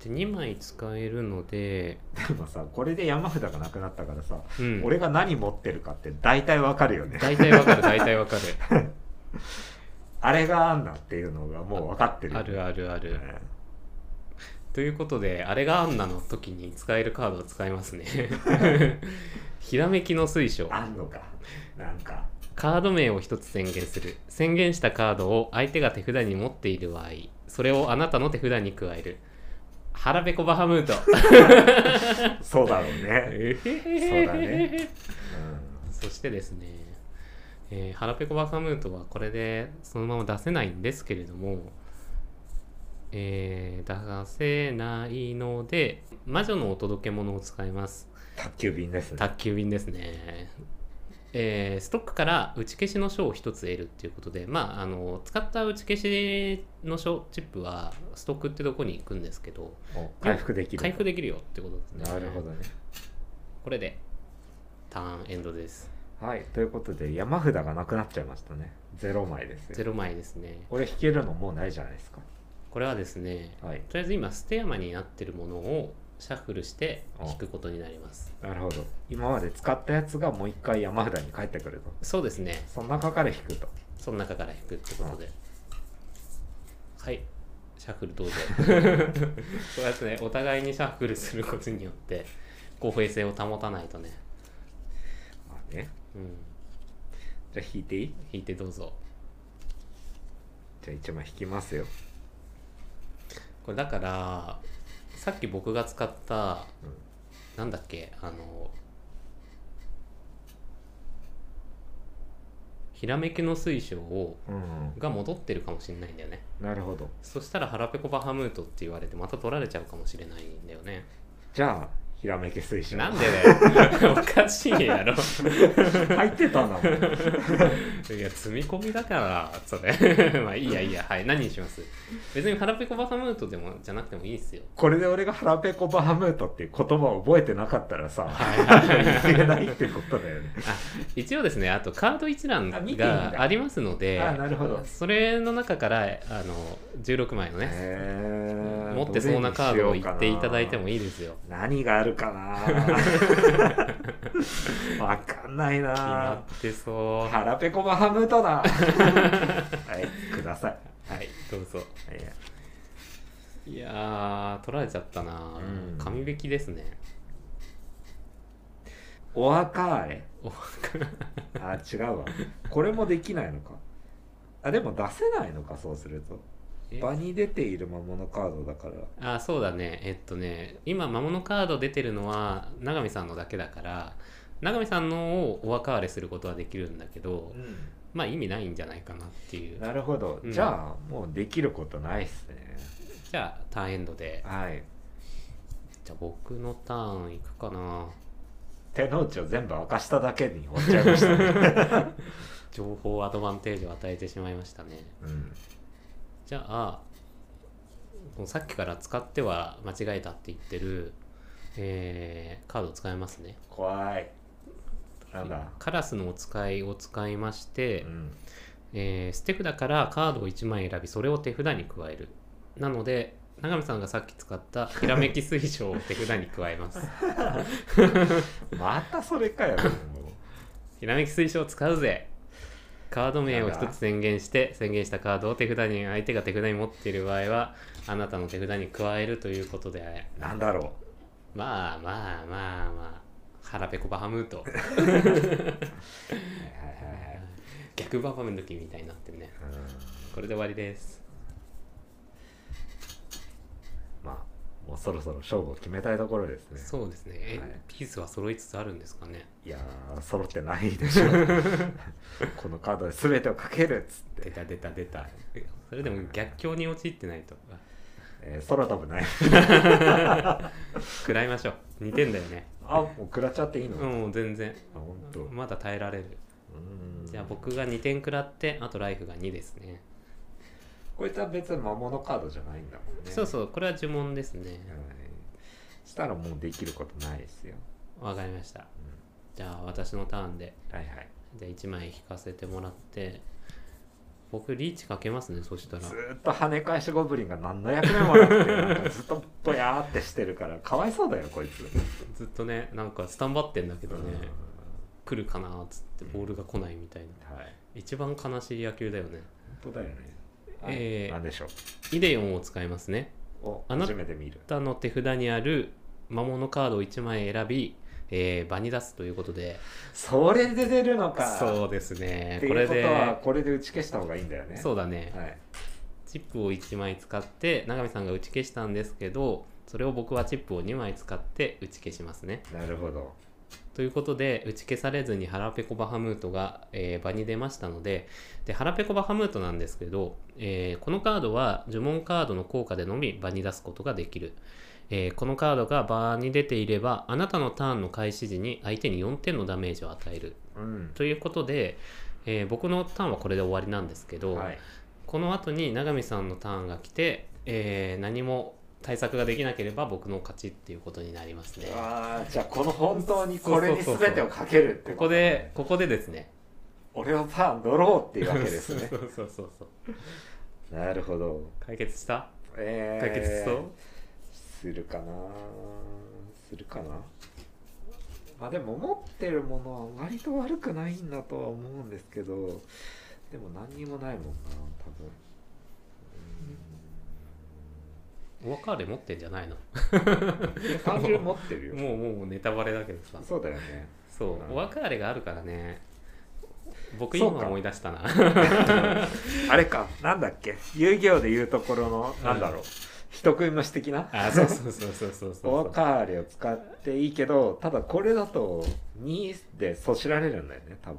S5: で2枚使えるので、
S3: でもさこれで山札がなくなったからさ、
S5: うん、
S3: 俺が何持ってるかって大体わかるよね
S5: 大体わかる大体わ かる
S3: あれがあんなっていうのがもう分かってる
S5: ある
S3: あ
S5: あるある、
S3: ね、
S5: ということであれがアンナの時に使えるカードを使います ねひらめきの水晶
S3: あんのかなんか
S5: カード名を一つ宣言する宣言したカードを相手が手札に持っている場合それをあなたの手札に加える腹ペコバハムー ト
S3: そうだろうね、
S5: え
S3: そうだね
S5: そしてですね、えー、ハラペコバカムートはこれでそのまま出せないんですけれども、えー出せないので魔女のお届け物を使います
S3: うん、宅急便ですね
S5: 宅急便ですね、えーストックから打ち消しの書を1つ得るっていうことでまああの使った打ち消しの書チップはストックってどこに行くんですけど
S3: もう回復できる
S5: 回復できるよってことですね
S3: なるほどね
S5: これでターンエンドです
S3: はいということで山札がなくなっちゃいましたね0枚ですよ
S5: 0枚ですね
S3: これ引けるのもうないじゃないですか
S5: これはですね
S3: はい
S5: とりあえず今捨て山になってるものをシャッフルして引くことになります
S3: なるほど今まで使ったやつがもう一回山札に帰ってくると
S5: そうですね
S3: その中から引くと
S5: その中から引くってことではいシャッフルど うぞそうやってねお互いにシャッフルすることによって公平性を保たないとね、
S3: まあね
S5: うん、
S3: じゃあ引いていい
S5: 引いてどうぞ
S3: じゃあ1枚引きますよ
S5: これだからさっき僕が使った、
S3: うん
S5: なんだっけあのひらめきの水晶を
S3: うん
S5: が戻ってるかもしれないんだよね
S3: なるほど
S5: そしたら腹ペコバハムートって言われてまた取られちゃうかもしれないんだよ ね
S3: じゃあひらめき水晶
S5: なんでだよ おかしいやろ
S3: 入ってたんだもん
S5: いや積み込みだからそれ まあいいやいいやはい何にします別に腹ペコバハムートでもじゃなくてもいいですよ
S3: これで俺が腹ペコバハムートっていう言葉を覚えてなかったらさ、いけないってことだよね。
S5: 一応ですねあとカード一覧
S3: あ見ていいんだ
S5: がありますので
S3: あなるほど
S5: それの中からあの16枚のね
S3: へー
S5: 持ってそうなカードを言っていただいて
S3: どれにしようか
S5: もいいで
S3: な何
S5: すよ
S3: があるか なわかんない
S5: 決ま
S3: な
S5: ってそうは
S3: 腹ペコバハムートだ はい、ください。
S5: いどうぞ
S3: はい
S5: いやー取られちゃったな、
S3: うん
S5: 神引きですね
S3: お若い。
S5: お
S3: あ、違うわ。これもできないのか。あ、でも出せないのか、そうすると。
S5: え
S3: 場に出ている魔物カードだから。
S5: あそうだねえっとね今魔物カード出てるのは永見さんのだけだから永見さんのをお別れすることはできるんだけどまあ意味ないんじゃないかなっていう
S3: なるほど、
S5: うん
S3: じゃあもうできることないっすね
S5: じゃあターンエンドで
S3: はい
S5: じゃあ僕のターンいくかな
S3: 手の内を全部明かしただけに終わっちゃいましたね、
S5: 情報アドバンテージを与えてしまいましたね
S3: うん、
S5: じゃあこのさっきから使っては間違えたって言ってる、えーカード使えますね
S3: 怖いなんだ
S5: カラスのお使いを使いまして、
S3: うん
S5: えー捨て札からカードを1枚選びそれを手札に加えるなので永見さんがさっき 使ったひらめき水晶を手札に加えます
S3: またそれかよも
S5: ひらめき水晶を使うぜカード名を1つ宣言して宣言したカードを手札に相手が手札に持っている場合はあなたの手札に加えるということで
S3: うなんだろ
S5: まあまあまあまあ腹ペコバハム ート
S3: うはいはいはいはい
S5: 逆バハムの時みたいになってるね
S3: うん
S5: これで終わりです
S3: まあもうそろそろ勝負を決めたいところですね
S5: そうですねえ、
S3: はい
S5: ピースは揃いつつあるんですかね
S3: いやー揃ってないで しょこのカードで全てをかけるっつっ
S5: 出
S3: て、
S5: た出た出たえそれでも逆境に陥ってないとあ
S3: えー、空飛ぶない
S5: 食らいましょう似てんだよね
S3: あもう食らっちゃっていいの、
S5: う
S3: あ
S5: んもう全然
S3: 本当。
S5: まだ耐えられる
S3: うん
S5: じゃあ僕が2点食らってあとライフが2ですね
S3: こいつは別に魔物カードじゃないんだもんね
S5: そう
S3: う、
S5: そうこれは呪文ですね
S3: はい、したらもうできることないですよ、
S5: わかりました
S3: う
S5: じゃあ私のターンで
S3: ん、はいはい
S5: じゃあ1枚引かせてもらって僕リーチかけますねそしたら
S3: ずーっと跳ね返しゴブリンが何の役目もなくてなんかずっとぼやーってしてるからかわいそうだよこいつ、
S5: ずっとねなんかスタンバってんだけど
S3: うん
S5: ね、来るかなっつってボールが来ないみたいな
S3: はい
S5: 一番悲しい野球だよね
S3: 本当だよねはい
S5: えー
S3: なんでしょ
S5: イデオンを使いますね
S3: うお
S5: あな
S3: 初めて見る
S5: 他の手札にある魔物カードを1枚選び、えー場に出すということで
S3: それで出るのか
S5: そうですね
S3: って
S5: こ
S3: い
S5: れ
S3: うことは
S5: で
S3: これで打ち消した方がいいんだよね
S5: そうだね、
S3: はい
S5: チップを1枚使って永見さんが打ち消したんですけどそれを僕はチップを2枚使って打ち消しますね
S3: なるほど
S5: ということで打ち消されずに腹ペコバハムートが、えー場に出ましたのでで腹ペコバハムートなんですけど、えーこのカードは呪文カードの効果でのみ場に出すことができる、えーこのカードが場に出ていればあなたのターンの開始時に相手に4点のダメージを与える
S3: うん
S5: ということで、えー僕のターンはこれで終わりなんですけど、
S3: はい
S5: この後に永見さんのターンが来て、えー何も対策ができなければ僕の勝ちっていうことになりますね。
S3: あーじゃあこの本当にこれに
S5: そうそうそう
S3: 全てをかけるって
S5: こ
S3: こ
S5: ことで
S3: ね、
S5: ここでですね。
S3: 俺のターンドローっていうわけですね
S5: そうそうそうそう。
S3: なるほど
S5: 解決した
S3: えー、
S5: 解決しそう、
S3: するかなするかなまあでも持ってるものは割と悪くないんだとは思うんですけどでも何にもないもんな多分
S5: お別れ持ってんじゃないの
S3: うんいや単純に持ってるよ
S5: もうもうもうネタバレだけどさ。
S3: そうだよね
S5: そう
S3: う、ん
S5: お別れがあるからね。僕今
S3: そうか
S5: 思い出したな。
S3: あれかなんだっけ遊戯王でいうところのなんだろう、人食い虫的な
S5: あ、そうそうそうそうそうそう。
S3: おカーレを使っていいけどただこれだと2でそしられるんだよね多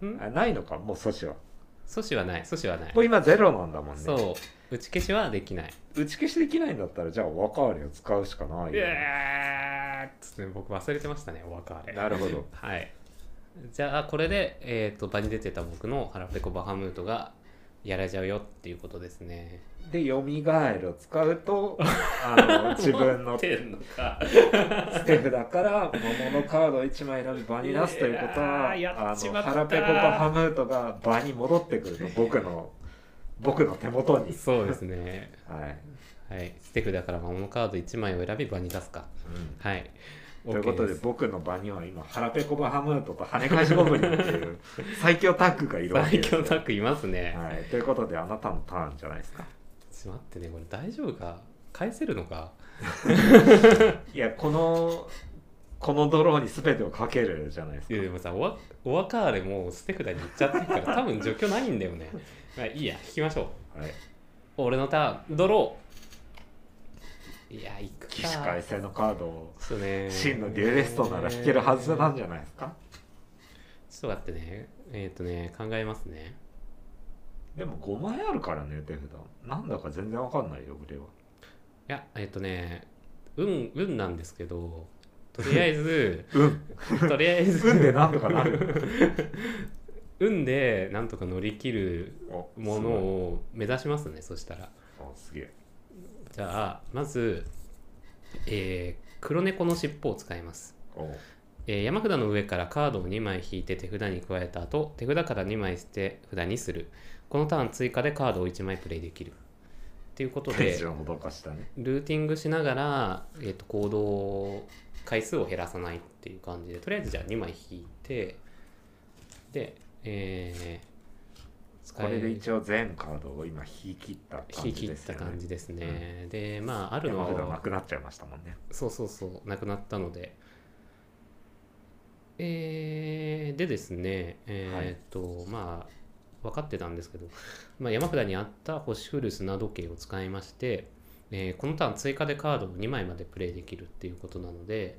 S3: 分
S5: ん
S3: あないのかもう阻止は
S5: 阻止はない、阻止はない
S3: も。う今ゼロなんだもんね
S5: そう、打ち消しはできない。
S3: 打ち消しできないんだったらじゃあおカーレを使うしかないよ
S5: い
S3: ね
S5: やーっつって僕忘れてましたね、お別れ。
S3: なるほど
S5: はい。じゃあ、これで、えっ、と、場に出てた僕の腹ペコバハムートがやられちゃうよっていうことですね。
S3: でよみがえるを使うとあの自分の
S5: 持っ
S3: 捨
S5: てんのか。
S3: て札から桃のカードを1枚選び場に出すということはあ
S5: いやーやっち
S3: の
S5: まった
S3: 腹ペコバハムートが場に戻ってくると僕の僕の手元に
S5: そうですね。
S3: はい、
S5: はい。ステフだから魔物カード1枚を選び場に出すか。はい。
S3: ということで
S5: OK す
S3: 僕の場には今腹ペコバハムートと跳ね返しゴブリンっていう最強タッグがいるわけ
S5: 最
S3: です
S5: 強
S3: よ
S5: タッグいますね。
S3: はい、ということであなたのターンじゃないですか
S5: ちょっと待ってね、これ大丈夫か返せるのか
S3: いやこのこのドローに全てをかけるじゃないですか
S5: いやでもさ、おわお別れもうステフだに行っちゃってるから、多分除去ないんだよね。まあいいや、引きましょう。
S3: はい、
S5: 俺のターン、ドロー。いや、行くか。
S3: 起死回生のカードを
S5: ちょっとね。
S3: 真のデュエリストなら引けるはずなんじゃないですか
S5: ちょっと待ってね。えっ、とね、考えますね。
S3: でも5枚あるからね手札なんだか全然わかんないよ俺はい
S5: や、えっ、とね、運、運なんですけど、とりあえず、
S3: うん
S5: とりあえず、
S3: 運でなんとかなる
S5: 運でなんとか乗り切る
S3: お
S5: ものを目指しますねそしたら
S3: すごいおすげえ
S5: じゃあまず、えー黒猫の尻尾を使います、
S3: おう
S5: えー山札の上からカードを2枚引いて手札に加えた後手札から2枚捨て札にするこのターン追加でカードを1枚プレイできるっていうこと
S3: テン
S5: で
S3: ションほどかしたね
S5: ルーティングしながら、えー、と行動回数を減らさないっていう感じでとりあえずじゃあ2枚引いてでえー、使
S3: これで
S5: え
S3: 一応全カードを今引き切った感
S5: 引
S3: じ
S5: き切
S3: で
S5: っ
S3: す
S5: た
S3: よね
S5: 感じですね、でまああるの
S3: 山札
S5: は
S3: なくなっちゃいましたもんね
S5: そうそうそうなくなったのでえーでですねえーっと、まあ分かってたんですけど、 まあ、山札にあった星降る砂時計を使いまして、えーこのターン追加でカードを2枚までプレイできるっていうことなので、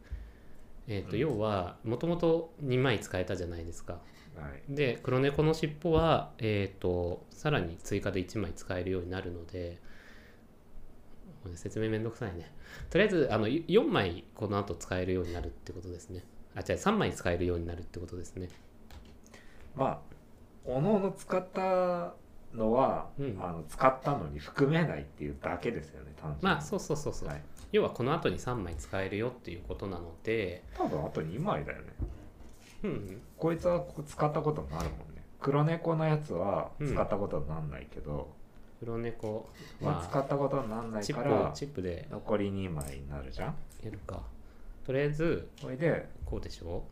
S5: えーっと
S3: うん
S5: 要はもともと2枚使えたじゃないですか
S3: はい
S5: で黒猫の尻尾は、えー、とさらに追加で1枚使えるようになるのでこれ説明めんどくさいねとりあえずあのい4枚この後使えるようになるってことですねあ違う3枚使えるようになるってことですね
S3: まあおのおの使ったのは、
S5: うん
S3: あの使ったのに含めないっていうだけですよね単純に
S5: まあそうそうそうそう、
S3: はい、
S5: 要はこの後に3枚使えるよっていうことなので
S3: 多分あと2枚だよね
S5: うんうん
S3: こいつはここ使ったことになるもんね黒猫のやつは
S5: うん
S3: 使ったことになんないけど、
S5: 黒猫
S3: ま
S5: ま
S3: あ、使
S5: あ
S3: ったことになんない
S5: チ
S3: か
S5: ップを
S3: ら
S5: チップで
S3: 残り2枚になるじゃん
S5: やるかとりあえず
S3: これで
S5: こうでしょ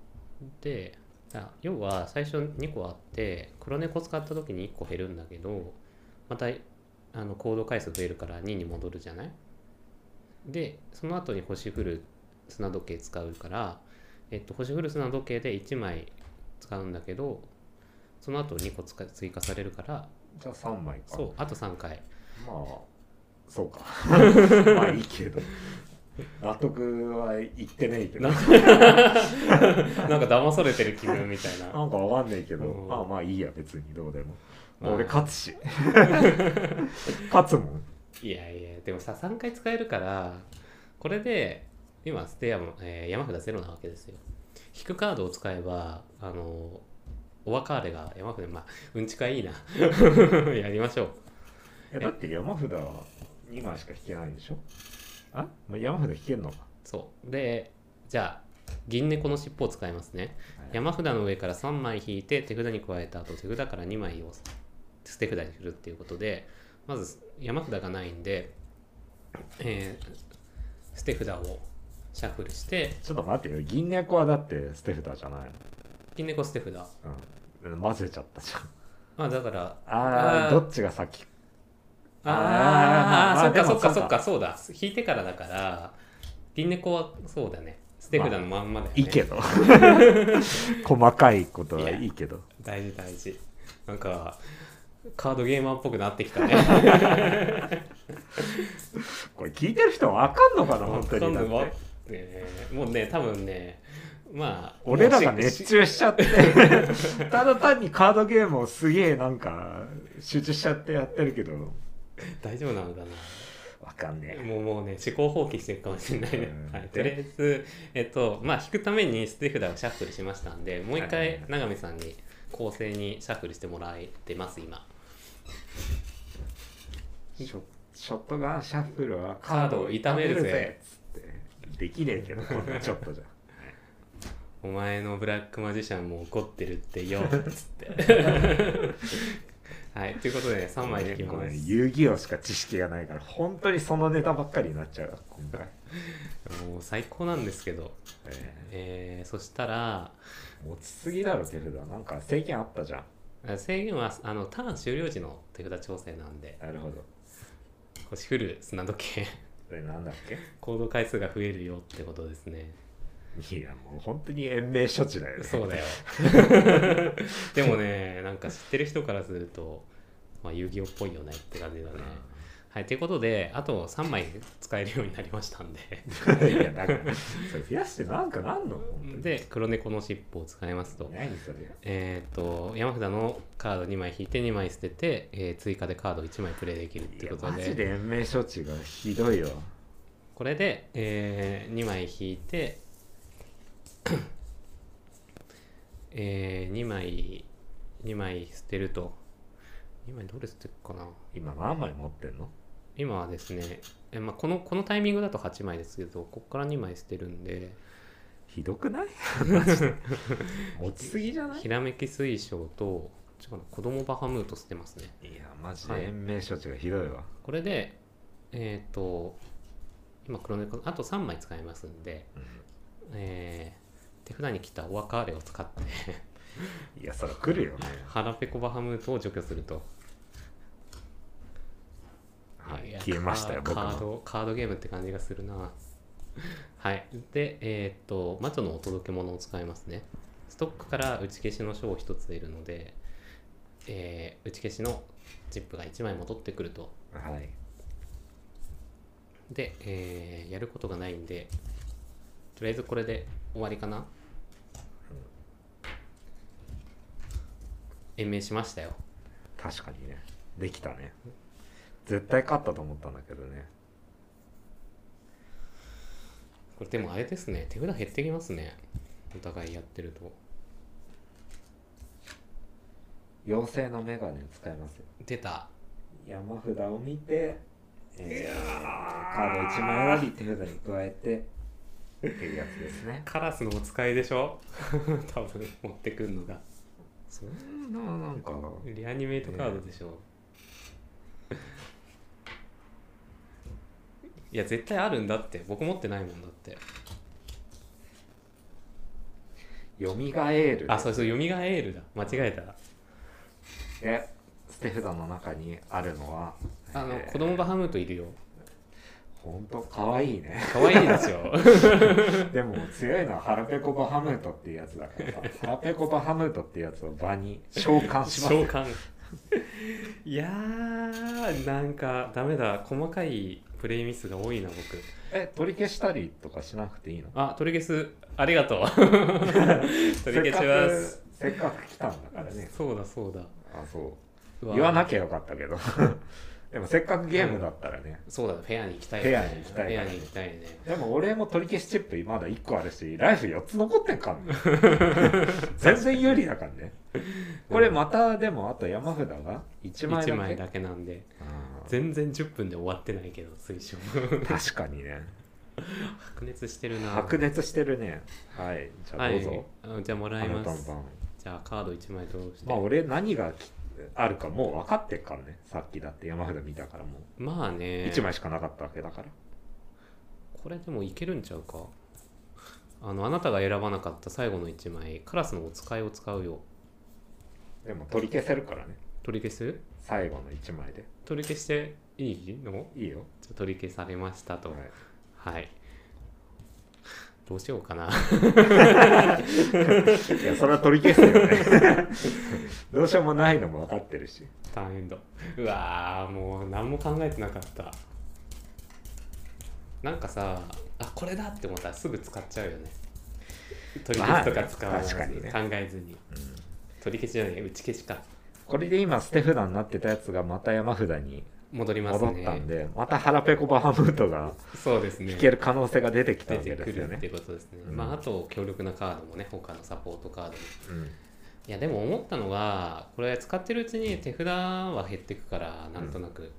S5: であ要は最初2個あって黒猫使った時に1個減るんだけどまたあの行動回数増えるから2に戻るじゃないでその後に星降る砂時計使うから、えっと、星降る砂時計で1枚使うんだけどその後2個つか追加されるから
S3: じゃあ3枚か
S5: そうあと3回
S3: まあそうかまあいいけど納得は言ってねえけどな
S5: な
S3: ん
S5: なんか騙されてる気分みたいな
S3: かわかんないけど、
S5: うん
S3: まあまあいいや別にどうでも、
S5: まあ
S3: 俺勝つ し勝つもん
S5: いやいやでもさ3回使えるからこれで今ステアも、えー山札ゼロなわけですよ引くカードを使えばあのオワカーレが山札まあうんちかいいな やりましょう
S3: いやだって山札は2枚しか引けないんでしょあまあ山札引けんのか
S5: そうでじゃあ銀猫の尻尾を使いますね
S3: はい
S5: 山札の上から3枚引いて手札に加えた後手札から2枚を捨て札にするっていうことでまず山札がないんで、えー捨て札をシャッフルして
S3: ちょっと待ってよ銀猫はだって捨て札じゃない
S5: 銀猫捨て札
S3: の、うん、混ぜちゃったじゃん
S5: まあだから
S3: あー
S5: あー
S3: どっちが先
S5: あー
S3: あ
S5: あ
S3: ー
S5: そっか
S3: まあ
S5: そっか
S3: でもそ
S5: そうっ
S3: か
S5: かそうだ引いてからだから銀猫はそうだね捨て札のまんまだよね、
S3: いいけ ど細かいことはいいけど
S5: 大事大事なんかカードゲーマーっぽくなってきたね
S3: これ聞いてる人わかんのかな 本当に
S5: 今
S3: だっ
S5: 度は
S3: て
S5: ねもうね多分ねまあ
S3: 俺らが
S5: もうし
S3: 熱中しちゃって ただ単にカードゲームをすげえなんか集中しちゃってやってるけど
S5: 大丈夫なのかな
S3: わかんねえ
S5: もうもうね思考放棄してるかもしれないね
S3: う、ん
S5: はい、
S3: で
S5: とりあえずえっとまあ引くために捨て札をシャッフルしましたんでもう一
S3: はいはい
S5: 回
S3: はい
S5: 永見さんに構成にシャッフルしてもらえてます今
S3: ショショットガンシャッフルは
S5: カードを痛めるぜ
S3: 痛めるぜつってできねえけどこんなちょっとじゃ
S5: お前のブラックマジシャンも怒ってるってよっつって。 はい、ということで3枚引き
S3: ご
S5: ま
S3: め
S5: す。
S3: ん遊戯王しか知識がないから本当にそのネタばっかりになっちゃうわ今回、
S5: もう最高なんですけど、
S3: え
S5: えーそしたら
S3: ー持ちすぎだろ手札なんか制限あったじゃん
S5: あ制限はあのターン終了時の手札調整なんで
S3: なるほど
S5: 星降る砂時計
S3: これなんだっけ
S5: 行動回数が増えるよってことですね
S3: いやもう本当に延命処置だよね
S5: そうだよ でもねなんか知ってる人からすると、まあ、遊戯王っぽいよねって感じだね、はいということであと3枚使えるようになりましたんで
S3: いやだからそれ増やしてなんかなんの本当に
S5: で黒猫の尻尾を使いますと,、
S3: 何それ
S5: えー、と山札のカード2枚引いて2枚捨てて、えー追加でカード1枚プレイできるっ
S3: い
S5: て
S3: や
S5: こと
S3: マジで延命処置がひどいよ
S5: これで、え2枚引いて、 え2枚2枚捨てると2枚どれ捨てるかな
S3: 今何枚持ってんの
S5: 今はですね、えまあ、このこのタイミングだと8枚ですけどここから2枚捨てるんで
S3: ひどく ない持ちすぎじゃないい
S5: ひらめき水晶とちょっと待って子供バハムート捨てますね
S3: やマジで延命処置がひどいわ、
S5: これでえっ、と今黒猫あと3枚使えますんで、
S3: うん
S5: えー手札に来たお別れを使って
S3: いやそれ来るよね
S5: 腹ペコバハムートを除去すると
S3: はい
S5: や
S3: 消えましたよ
S5: カ
S3: 僕
S5: ーカー
S3: の
S5: ドカードゲームって感じがするな はいでえーっと魔女のお届け物を使いますねストックから打ち消しの書を1つ得るので、えー打ち消しのチップが1枚戻ってくると
S3: はい
S5: で、えーやることがないんでとりあえずこれで終わりかな延命しましたよ
S3: 確かにねできたね絶対勝ったと思ったんだけどね
S5: これでもあれですね手札減ってきますねお互いやってると
S3: 妖精のメガネ使いますよ
S5: 出た
S3: 山札を見て、えーカード1枚選び手札に加えてっていうやつですね
S5: カラスのお使いでしょ 多分持ってくるのが
S3: そんななんか
S5: リアニメートカードでしょ、いや絶対あるんだって僕持ってないもんだって
S3: よみがえる
S5: あそうそう「よみがえる」だ間違えた
S3: で捨て札の中にあるのは
S5: あの
S3: えー
S5: 子供バハムートいるよ
S3: ほんとかわいい ね
S5: 可愛いですよ
S3: でも強いのはハラペコバハムートっていうやつだからさハラペコバハムートっていうやつを場に召喚します
S5: 召喚いやーなんかダメだ細かいプレイミスが多いな僕
S3: え取り消したりとかしなくていいの
S5: あ取り消すありが とう取り消します
S3: せっかくせっかく来たんだからね
S5: そうだそうだ
S3: あそう
S5: うわ
S3: 言わなきゃよかったけど でもせっかくゲームだったらね、
S5: そうだフェアに行きたい
S3: フェアに行きたい
S5: フェアに行きたいね
S3: でも俺も取り消しチップまだ1個あるしライフ4つ残ってんから ね全然有利だからねこれまたでもあと山札が1
S5: 1
S3: 枚だ
S5: 枚
S3: け
S5: だけなんで
S3: あー
S5: 全然10分で終わってないけど水晶
S3: 確かにね
S5: 白熱してるな
S3: 白熱してるねはいじゃあ
S5: は
S3: ど
S5: いう
S3: ぞ、
S5: あじゃあも
S3: あ
S5: らい
S3: の
S5: ま
S3: バン
S5: す
S3: バン
S5: じゃあカード1枚ドローして
S3: まあ俺何がきあるかもう分かってっからねさっきだって山札見たからも
S5: まあ
S3: う
S5: ね
S3: 1枚しかなかったわけだから、
S5: これでもいけるんちゃうかあのあなたが選ばなかった最後の1枚カラスのお使いを使うよ
S3: でも取り消せるからね
S5: 取り消す
S3: 最後の1枚で
S5: 取り消していいの
S3: いいよ、
S5: じゃあ取り消されましたと
S3: は
S5: はいい、どうしようかな
S3: いや、それは取り消すよね。 どうしようもないのも分かってるし。
S5: ターンエンドうわーもう何も考えてなかったなんかさあこれだって思ったらすぐ使っちゃうよね取り消しとか使わず、
S3: まあね確か
S5: 考えずに取り消しじゃない打ち消しか
S3: これで今、捨て札になってたやつがまた山札に
S5: 戻ります
S3: 戻
S5: ね
S3: ったんで、また腹ペコバハムートが
S5: そうですね
S3: 引ける可能性が出てきた
S5: 出
S3: わけ
S5: て
S3: で
S5: く
S3: すよ
S5: るっ
S3: ね
S5: て。いうことですね、
S3: うん
S5: まああと強力なカードもね他のサポートカードもい
S3: うん
S5: やでも思ったのはこれ使ってるうちに手札は減ってくからなんとなく、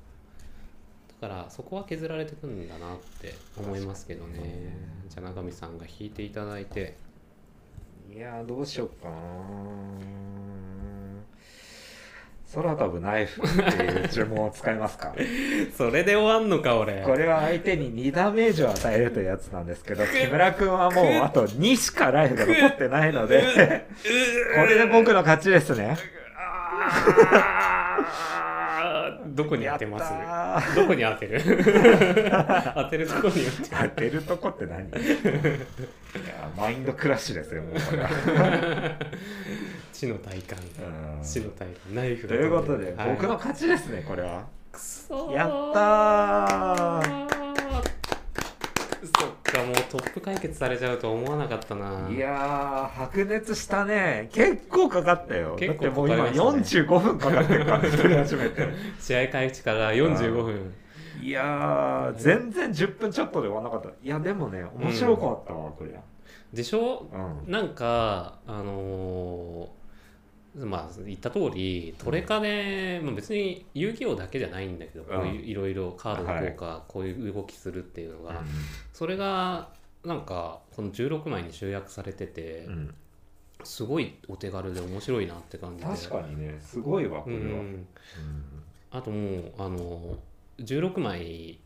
S5: だからそこは削られてくんだなって思いますけどね
S3: 確かにね
S5: じゃあ永見さんが引いていただいて
S3: いやー、どうしようかな空飛ぶナイフっていう呪文を使いますか
S5: それで終わんのか 俺
S3: これは相手に2ダメージを与えるというやつなんですけど木村君はもうあと2しかライフが残ってないのでこれで僕の勝ちです ね
S5: あーどこに当てます
S3: やったー
S5: どこに当 てる当てるとこに当てる
S3: 当てるとこって何 いやマインドクラッシュですよもうこれは
S5: 地の体感
S3: うん
S5: 死の体感ナイフ
S3: と
S5: が
S3: いうことで、
S5: はい
S3: 僕の勝ちですねこれは
S5: くそー
S3: やったー
S5: そっかもうトップ解決されちゃうとは思わなかったない
S3: やー白熱したね結構かかったよ
S5: 結構
S3: だってもう今
S5: かかりまし
S3: 45分かかってるからね一人始めて
S5: 試合開始から45分
S3: いやー全然10分ちょっとで終わんなかったいやでもね面白かったわ、これ
S5: でしょ
S3: うん
S5: なんかあのーまあ言った通りトレカで、まあ、別に遊戯王だけじゃないんだけど、こういういろいろカードの効果、こういう動きするっていうのが、それがなんかこの16枚に集約されてて、
S3: うん
S5: すごいお手軽で面白いなって感じで
S3: 確かにねすごいわこ
S5: う
S3: れは、
S5: ん、あともうあの16枚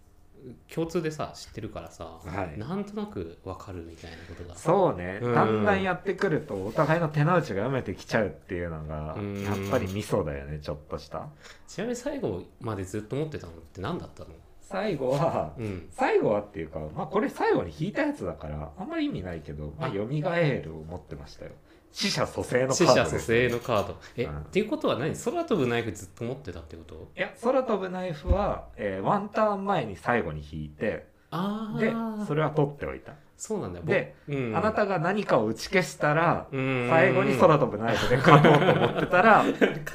S5: 共通でさ知ってるからさ、
S3: はい
S5: なんとなくわかるみたいなことが
S3: そうね、
S5: うん
S3: だんだんやってくるとお互いの手の内が読めてきちゃうっていうのが
S5: うん
S3: やっぱりミソだよねちょっとした
S5: ちなみに最後までずっと持ってたのって何だったの
S3: 最後は
S5: うん
S3: 最後はっていうか、まあ、これ最後に引いたやつだからあんまり意味ないけど、まあ、
S5: あ
S3: 蘇るを持ってましたよ死者蘇生のカード
S5: 死者蘇生の
S3: い
S5: カードえ、
S3: うん
S5: っていうことは何空飛ぶナイフずっと持ってたってこと
S3: や空飛ぶナイフは、えーワンターン前に最後に引いて
S5: ああ
S3: でそれは取っておいた、
S5: そうなんだよ
S3: で、
S5: 僕うん
S3: あなたが何かを打ち消したら、
S5: うん
S3: 最後に空飛ぶナイフで勝とうと思ってたら打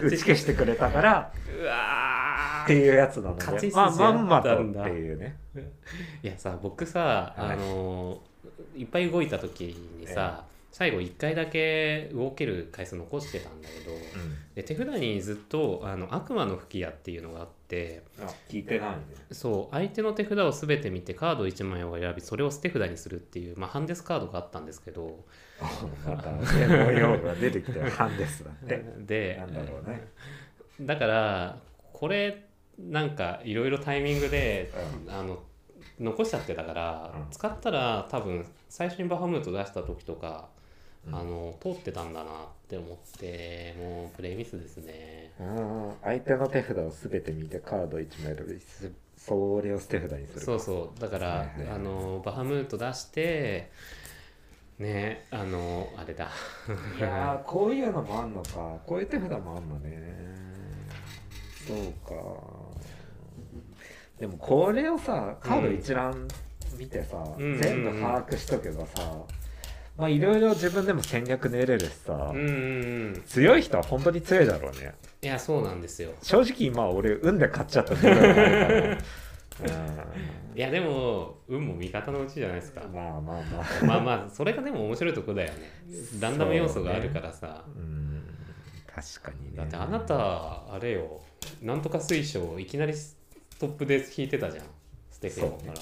S3: ち消してくれたから
S5: うわー
S3: っていうやつなの
S5: 勝
S3: で、
S5: ち筋
S3: まあ、ま
S5: や
S3: ん
S5: っ
S3: ま
S5: た
S3: と
S5: ん
S3: っ
S5: だ
S3: ていうね
S5: いやさ僕さ、
S3: はい
S5: あのいっぱい動いた時にさ、最後1回だけ動ける回数残してたんだけど、で手札にずっとあの悪魔の吹き矢っていうのがあって
S3: あ聞いて ないね
S5: そう相手の手札を全て見てカード1枚を選びそれを捨て札にするっていう、まあ、ハンデスカードがあったんですけど
S3: ま た専門用語が出てきてるハンデスだ って
S5: で
S3: なんだろうね
S5: だからこれなんかいろいろタイミングで、あの残しちゃってたから、
S3: うん
S5: 使ったら多分最初にバハムート出した時とか、
S3: うん
S5: あの通ってたんだなって思ってもうプレイミスですね
S3: うん相手の手札を全て見てカード1枚選びすそれを捨て札にする
S5: そうそうだから、
S3: はいはいはい
S5: あのバハムート出してねあのあれだ
S3: いやーこういうのもあんのかこういう手札もあんのねそうかでもこれをさカード一覧見てさ、
S5: うん
S3: 全部把握しとけばさ、まあいろいろ自分でも戦略練れるしさ、
S5: うんうんうん
S3: 強い人は本当に強いだろうね
S5: いやそうなんですよ
S3: 正直今俺運で買っちゃった自分があ るから
S5: いやでも運も味方のうちじゃないですか
S3: うんまあまあまあ
S5: まあまあそれがでも面白いとこだよねランダム要素があるからさ、
S3: うん確かにね
S5: だってあなたあれよなんとか水晶をいきなりストップで弾いてたじゃんステフェンか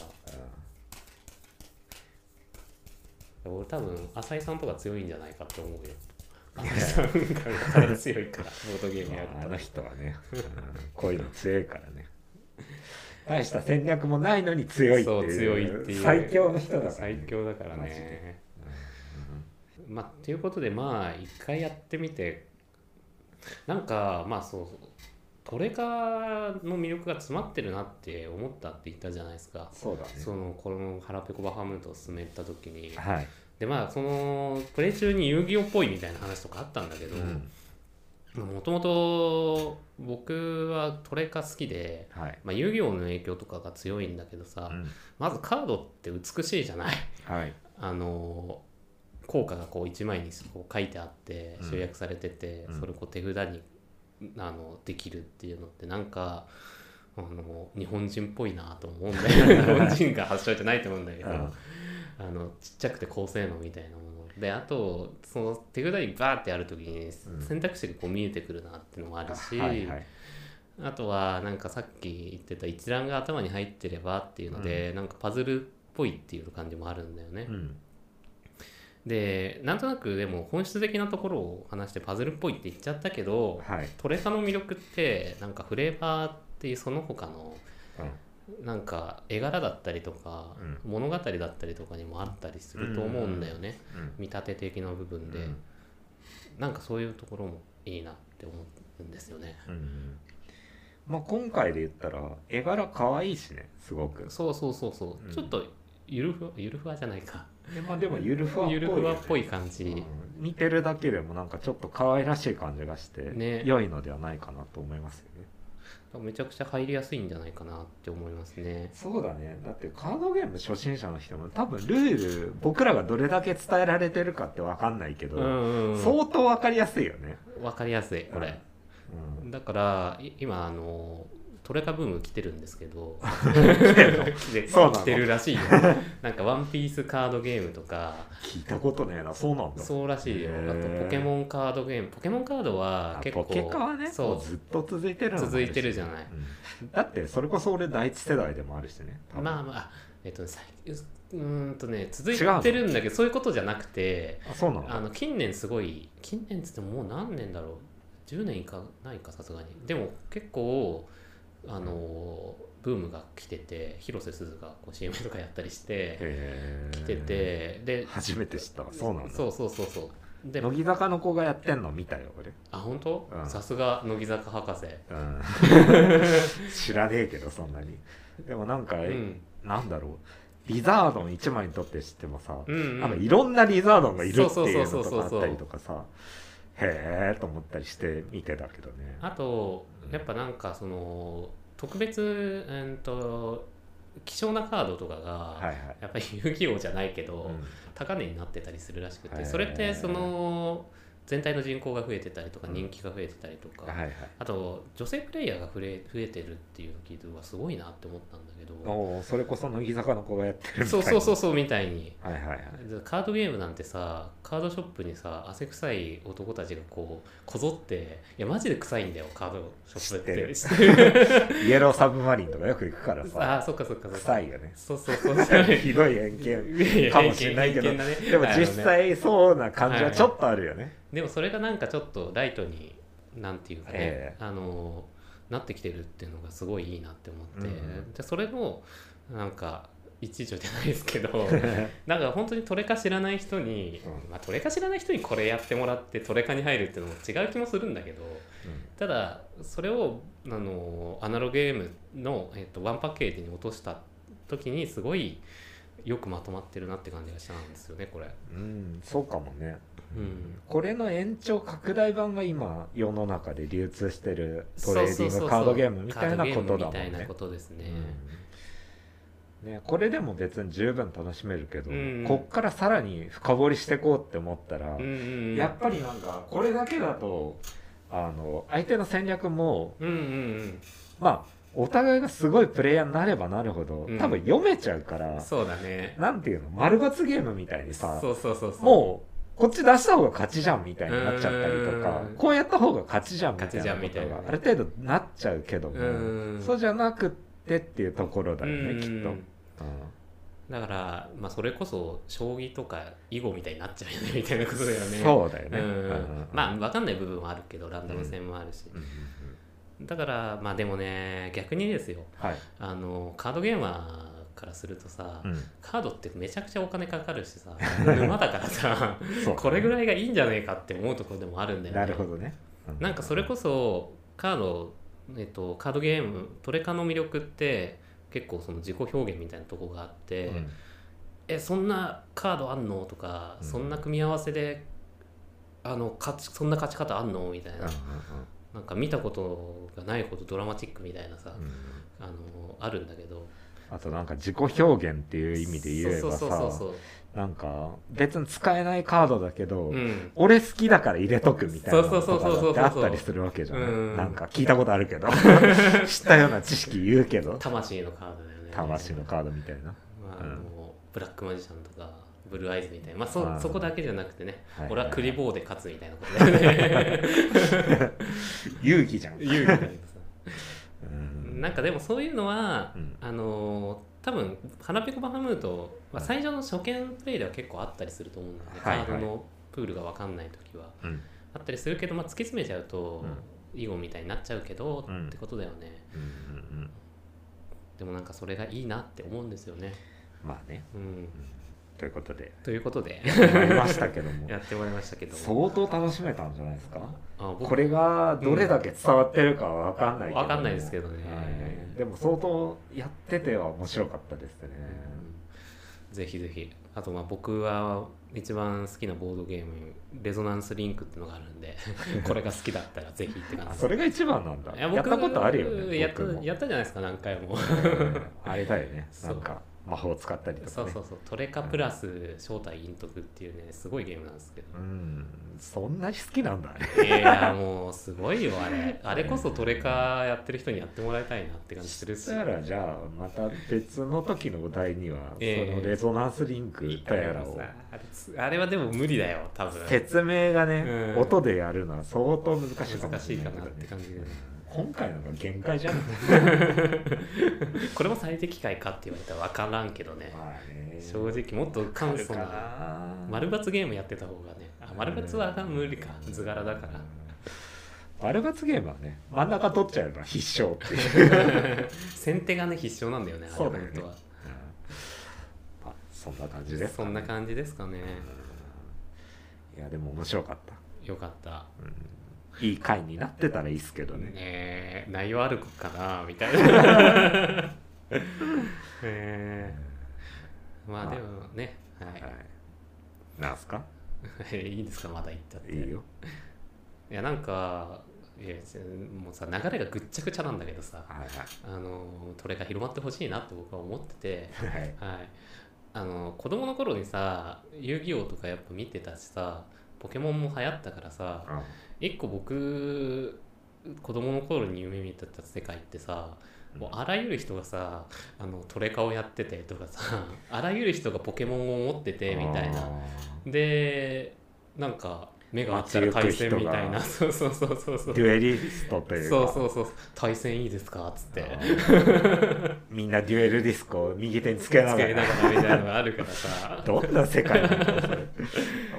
S5: ら、俺多分浅井さんとか強いんじゃないかと思う よ浅井さんが強いからボードゲームやる
S3: あの人はね、うんこういうの強いからね大した戦略もないのに強いって
S5: そう
S3: いう
S5: 強いっていう
S3: 最強の人だから、ね、
S5: 最強だから
S3: マジで
S5: ねまあということでまあ一回やってみてなんかまあそうトレカの魅力が詰まってるなって思ったって言ったじゃないですか
S3: そうだね
S5: そのこの腹ペコバハムートを進めた時に
S3: はい、
S5: でまあそのプレイ中に遊戯王っぽいみたいな話とかあったんだけど
S3: うん
S5: もともと僕はトレカ好きで、
S3: はい
S5: まあ、遊戯王の影響とかが強いんだけどさ、
S3: うん
S5: まずカードって美しいじゃない
S3: はい
S5: あの効果がこう1枚にこう書いてあって
S3: うん
S5: 集約されてて、
S3: うん
S5: それをこう手札にあのできるっていうのってなんかあの日本人っぽいなと思うんだ よ日本人が発祥じゃないと思うんだけど、
S3: うん
S5: あのちっちゃくて高性能みたいなものであとその手札にバーってやる時に
S3: ん
S5: 選択肢がこう見えてくるなっていうのもあるし、
S3: はいはい
S5: あとはなんかさっき言ってた一覧が頭に入ってればっていうので、なんかパズルっぽいっていう感じもあるんだよね。
S3: うん
S5: でなんとなくでも本質的なところを話してパズルっぽいって言っちゃったけど
S3: はい
S5: トレカの魅力ってなんかフレーバーっていうその他のなんか絵柄だったりとか、
S3: うん
S5: 物語だったりとかにもあったりすると思うんだよね、
S3: うんうん
S5: 見立て的な部分で、
S3: うん
S5: なんかそういうところもいいなって思うんですよね。
S3: うんまあ今回で言ったら絵柄可愛いしねすごく
S5: そうそうそうそう、
S3: うん
S5: ちょっとゆるふわゆるふわじゃないか
S3: で,、まあ、でもゆるふわっぽい
S5: ゆ
S3: よね、
S5: るふわっぽい感じ、
S3: うん見てるだけでもなんかちょっと可愛らしい感じがして、
S5: ね
S3: 良いのではないかなと思いますよね
S5: めちゃくちゃ入りやすいんじゃないかなって思いますね。
S3: そうだねだってカードゲーム初心者の人も多分ルール僕らがどれだけ伝えられてるかって分かんないけど、
S5: うん、うん、
S3: 相当分かりやすいよね、
S5: わかりやすいこれ、
S3: うん
S5: だからい今あのトレカブーム来てるんですけ ど絶
S3: そうなの
S5: 対来てるらし いよなんか「ワンピースカードゲームとか
S3: 聞いたことねえなそうなんだ
S5: そうらしいよ
S3: へ
S5: あ
S3: ー
S5: とポケモンカードゲームポケモンカードは
S3: あ
S5: 結
S3: ポ
S5: 構
S3: ケカはねも
S5: そう
S3: ずっと続いてるのもあるし
S5: 続いてるじゃない
S3: うんだってそれこそ俺第一世代でもあるしね多
S5: う
S3: 分
S5: まあまあえっとね最近うーんとね続い
S3: 違うの
S5: てるんだけどそういうことじゃなくて
S3: あそうな
S5: あ
S3: の
S5: の近年すごい近年っつってももう何年だろう10年いかないかさすがにでも結構あのブームが来てて広瀬すずがこう CM とかやったりして
S3: へえ
S5: 来ててで
S3: 初めて知ったわそうなんだ
S5: そうそうそうそうで
S3: 乃木坂の子がやってんの見たよ俺
S5: あ本当
S3: うん
S5: さすが乃木坂博士
S3: うん知らねえけどそんなにでもなんか、
S5: うん
S3: なんだろうリザードン1枚にとって知ってもさ、
S5: うんう
S3: なんか
S5: ん
S3: いろんなリザードンがいるっていう
S5: そ
S3: の
S5: うそう
S3: と
S5: そう
S3: かあ
S5: そう
S3: っ
S5: そう
S3: たりとかさへえと思ったりして見てたけどね
S5: あとやっぱなんかその特別うんと希少なカードとかが、
S3: はいはい、
S5: やっぱり 遊戯王じゃないけど、
S3: うん
S5: 高値になってたりするらしく
S3: へ
S5: て
S3: ー
S5: それってその全体の人口が増えてたりとか
S3: うん
S5: 人気が増えてたりとか、
S3: はいはい
S5: あと女性プレイヤーが増え増えてるっていうのを聞いてうわすごいなって思ったんだけど
S3: おーそれこそ乃木坂の子がやってるみたい
S5: そうそうそううそうみたいに
S3: はいはいはい
S5: カードゲームなんてさカードショップにさ汗臭い男たちがこうこぞっていやマジで臭いんだよカードショップって
S3: 知
S5: 知ってる
S3: イエローサブマリンとかよく行くから
S5: あ
S3: さ
S5: あそっかそっかそっか
S3: 臭いよ ね
S5: そうそうそうい
S3: ひどい偏見
S5: や
S3: かもしれないけど
S5: 偏見だね
S3: でも
S5: あのね
S3: 実際そうな感じはちょっとあるよね、
S5: でもそれがなんかちょっとライトになんていうかね、
S3: え
S5: あのなってきてるっていうのがすごいいいなって思って、
S3: うん
S5: でそれもなんか一助じゃないです けどなんか本当にトレカ知らない人に、
S3: う
S5: まあ、トレカ知らない人にこれやってもらってトレカに入るっていうのも違う気もするんだけどただそれをあのアナログゲームの、えっとワンパッケージに落とした時にすごいよくまとまってるなって感じがしたんですよねこれ。
S3: うん、うんそうかもね
S5: うん
S3: これの延長拡大版が今世の中で流通してるトレーデ
S5: そ
S3: ィ
S5: うそう
S3: ン
S5: そう
S3: グカードゲームみたいなことだもん
S5: カードゲームみたいな
S3: ね
S5: こ。とですね。
S3: うんね、これでも別に十分楽しめるけど、
S5: うん
S3: こっからさらに深掘りしてこうって思ったら、
S5: うんうんうん。
S3: やっぱりなんかこれだけだとあの相手の戦略も
S5: うんうんうん。
S3: まあお互いがすごいプレイヤーになればなるほど
S5: うん
S3: 多分読めちゃうから、
S5: そうだね。
S3: なんていうの丸×ゲームみたいにさ
S5: そうそうそうそう。
S3: もう、こっち出した方が勝ちじゃんみたいになっちゃったりとか
S5: うん、
S3: こうやった方が勝ちじゃんみたい
S5: 勝ちじゃ
S3: なんこ
S5: みた
S3: と
S5: いな
S3: が
S5: ね
S3: ある程度なっちゃうけど
S5: うん
S3: も、そうじゃなくってっていうところだよ
S5: うん
S3: ね、きっと。
S5: だから、まあ、それこそ将棋とか囲碁みたいになっちゃうよねみたいなことだよね。
S3: そうだよ
S5: う
S3: ね。
S5: ん
S3: う
S5: うん
S3: ん
S5: うん。まあ、わかんない部分はあるけど、ランダム性もあるし。
S3: うんうん
S5: だから、まあ、でもね、逆にですよ。
S3: はい。
S5: あの、カードゲーマーからするとさ。
S3: うん
S5: カードってめちゃくちゃお金かかるしさ沼だからさ
S3: そう
S5: これぐらいがいいんじゃねえかって思うところでもあるんだよね。
S3: なるほどね。う
S5: なんかそれこそカード、えっと、カードゲームトレカの魅力って結構その自己表現みたいなとこがあって「
S3: うん
S5: えそんなカードあんの?」とか、
S3: うん
S5: そんな組み合わせであの勝ちそんな勝ち方あんの?」みたいな、
S3: う
S5: なんか見たことがないほどドラマチックみたいなさ、
S3: んうんうん
S5: あのあるんだけど
S3: あとなんか自己表現っていう意味で言えば
S5: そうそうそ
S3: さ、
S5: う
S3: なんか別に使えないカードだけど
S5: そう、うん
S3: 俺好きだから入れとくみたいな
S5: そう
S3: の
S5: そう
S3: と
S5: そうそうそう
S3: かだってあったりするわけじゃない、
S5: うん
S3: なんか聞いたことあるけ ど知ったような知識言うけど
S5: 魂のカードだよね
S3: 魂のカードみたいな
S5: まあ
S3: うん
S5: あのブラックマジシャンとかブルーアイズみたいな、まあ、
S3: あ
S5: そ
S3: ー
S5: そこだけじゃなくてね、
S3: はいはいはい
S5: 俺はクリボーで勝つみたいなことだよね
S3: 勇気じゃん、
S5: 勇気だけどさ
S3: うん
S5: なんかでもそういうのは、
S3: うん
S5: あのー多分花ペコバハムート、まあ、最初の初見プレイでは結構あったりすると思うんだよね、
S3: はいはい
S5: カードのプールが分かんない時は
S3: うん
S5: あったりするけど、まあ、突き詰めちゃうと、囲碁みたいになっちゃうけど、
S3: うん
S5: ってことだよね
S3: うんうんうん
S5: でもなんかそれがいいなって思うんですよね、
S3: まあね
S5: うん、
S3: ということで
S5: ということで
S3: 終わりましたけども
S5: やってもらいましたけど
S3: 相当楽しめたんじゃないですか
S5: あ僕
S3: これがどれだけ伝わってるかは分かんないけど
S5: わかんないですけどね
S3: はいでも相当やってては面白かったですね、
S5: ぜひぜひあとまあ僕は一番好きなボードゲームレゾナンスリンクっていうのがあ るんでこれが好きだったらぜひって感
S3: あ
S5: じ
S3: それが一番なんだ
S5: い
S3: や
S5: 僕
S3: ったことあるよね
S5: やった
S3: 僕も
S5: やったじゃないですか何回も
S3: あれだよね
S5: そ
S3: な
S5: うん
S3: か魔法を使ったりとか
S5: そう
S3: ね
S5: そうそうトレカプラス正体陰徳っていうねすごいゲームなんですけど
S3: うんそんなに好きなん だね
S5: いやもうすごいよあれあれこそトレカやってる人にやってもらいたいなって感じする
S3: そし
S5: し
S3: たらじゃあまた別の時のお題にはそ
S5: ええ
S3: のレゾナンスリンク
S5: あ
S3: だや
S5: れ
S3: らを
S5: つあれはでも無理だよ多分
S3: 説明がね
S5: うん
S3: 音でやるのは相当難しいかも
S5: 難
S3: し
S5: しい
S3: れな
S5: か
S3: いけ
S5: な
S3: ど
S5: って
S3: ね
S5: 感じで
S3: 今回のが限界じゃん
S5: これも最適解かって言われたら分からんけどね
S3: まあね
S5: 正直もっと簡素
S3: ある
S5: な
S3: な
S5: 丸×ゲームやってた方がねあ丸×は無理か図柄だ から
S3: 丸抜ゲームはね真ん中取っちゃえば必勝っていう
S5: 先手がね必勝なんだよねあれ
S3: そうだよね
S5: 本当は
S3: まあそんな感じです
S5: そんな
S3: じ
S5: 感じですかね
S3: いやでも面白かった
S5: よかった
S3: いい回になってたらいいっすけどね
S5: ねえ内容あるかなみたいな ええまあでもね
S3: はい
S5: は
S3: なんすか
S5: いいいんですかまだ言っちゃって
S3: いいよ
S5: いやなんかいやもうさ流れがぐっちゃぐちゃなんだけどさ
S3: はいは
S5: あのトレが広まってほしいなって僕は思ってて
S3: いはい
S5: はいあの子供の頃にさ遊戯王とかやっぱ見てたしさポケモンも流行ったからさ
S3: あ
S5: 一個僕子供の頃に夢見てた世界ってさもうあらゆる人がさあのトレカをやっててとかさ あらゆる人がポケモンを持っててみたいな
S3: あ
S5: でなんか目が合ったら対戦みたいな
S3: 街行く人が
S5: そうそうそうそうそ
S3: ー
S5: う
S3: デュエリストというか
S5: そうそうそう対戦いいですかっつって
S3: あーみんなデュエルディスコを右手につけな
S5: つ
S3: が
S5: けな
S3: ら
S5: がらみたいなのがあるからさ
S3: どんな世界なんだろうそれ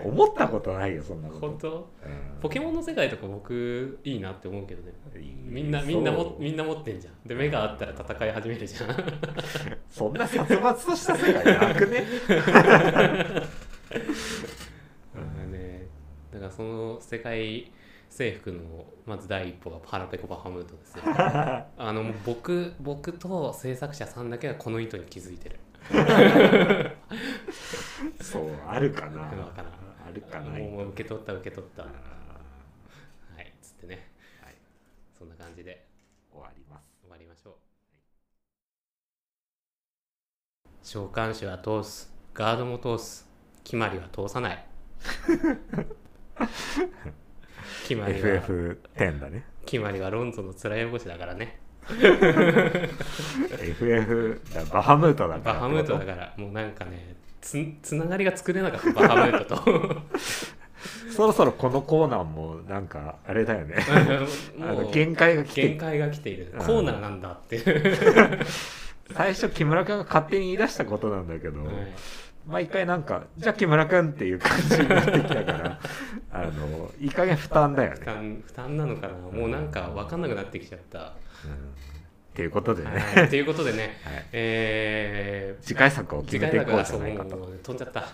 S3: 思ったことないよそんなこと
S5: 本
S3: う
S5: 当
S3: ん
S5: ポケモンの世界とか僕いいなって思うけどねみんな
S3: そう
S5: みんなもみんな持ってんじゃんで目が合ったら戦い始めるじゃ ん
S3: そんな殺伐とした世界なくね
S5: うんね、だからその世界征服のまず第一歩がパラペコバハムートで すよあのもう僕僕と制作者さんだけがこの意図に気づいてる
S3: そうあるかな
S5: わからん
S3: あるかな
S5: もうもう受け取った受け取ったは
S3: あ
S5: いつってね、
S3: はい
S5: そんな感じで
S3: ー終わります
S5: 終わりましょう召喚師は通すガードも通す決まりは通さない決まりは
S3: FF10 だね
S5: 決まりはロンゾの面汚しだからね
S3: FF だバハムートだから
S5: バハムートだからもうなんかねつつながりが作れなかったバハムートと
S3: そろそろこのコーナーもなんか あれだよねあ
S5: も
S3: の
S5: う
S3: 限界が来
S5: 限
S3: て
S5: 界が来ている
S3: うん
S5: コーナーなんだっていう、
S3: 最初木村君が勝手に言い出したことなんだけど、
S5: はい
S3: 毎回なんかじゃあ木村君っていう感じになってきたから あのいい加減負担だよ
S5: 負
S3: ね、
S5: 担負担なのかなもうなんか分かんなくなってきちゃった、
S3: うんっていうことでね、
S5: はい、ということで ね、
S3: はい
S5: えー
S3: 次回作を決
S5: 次
S3: め
S5: 回
S3: てい
S5: 作
S3: こう
S5: は
S3: じ
S5: そ
S3: ゃ
S5: う
S3: ないかと。
S5: もう飛んじゃった
S3: と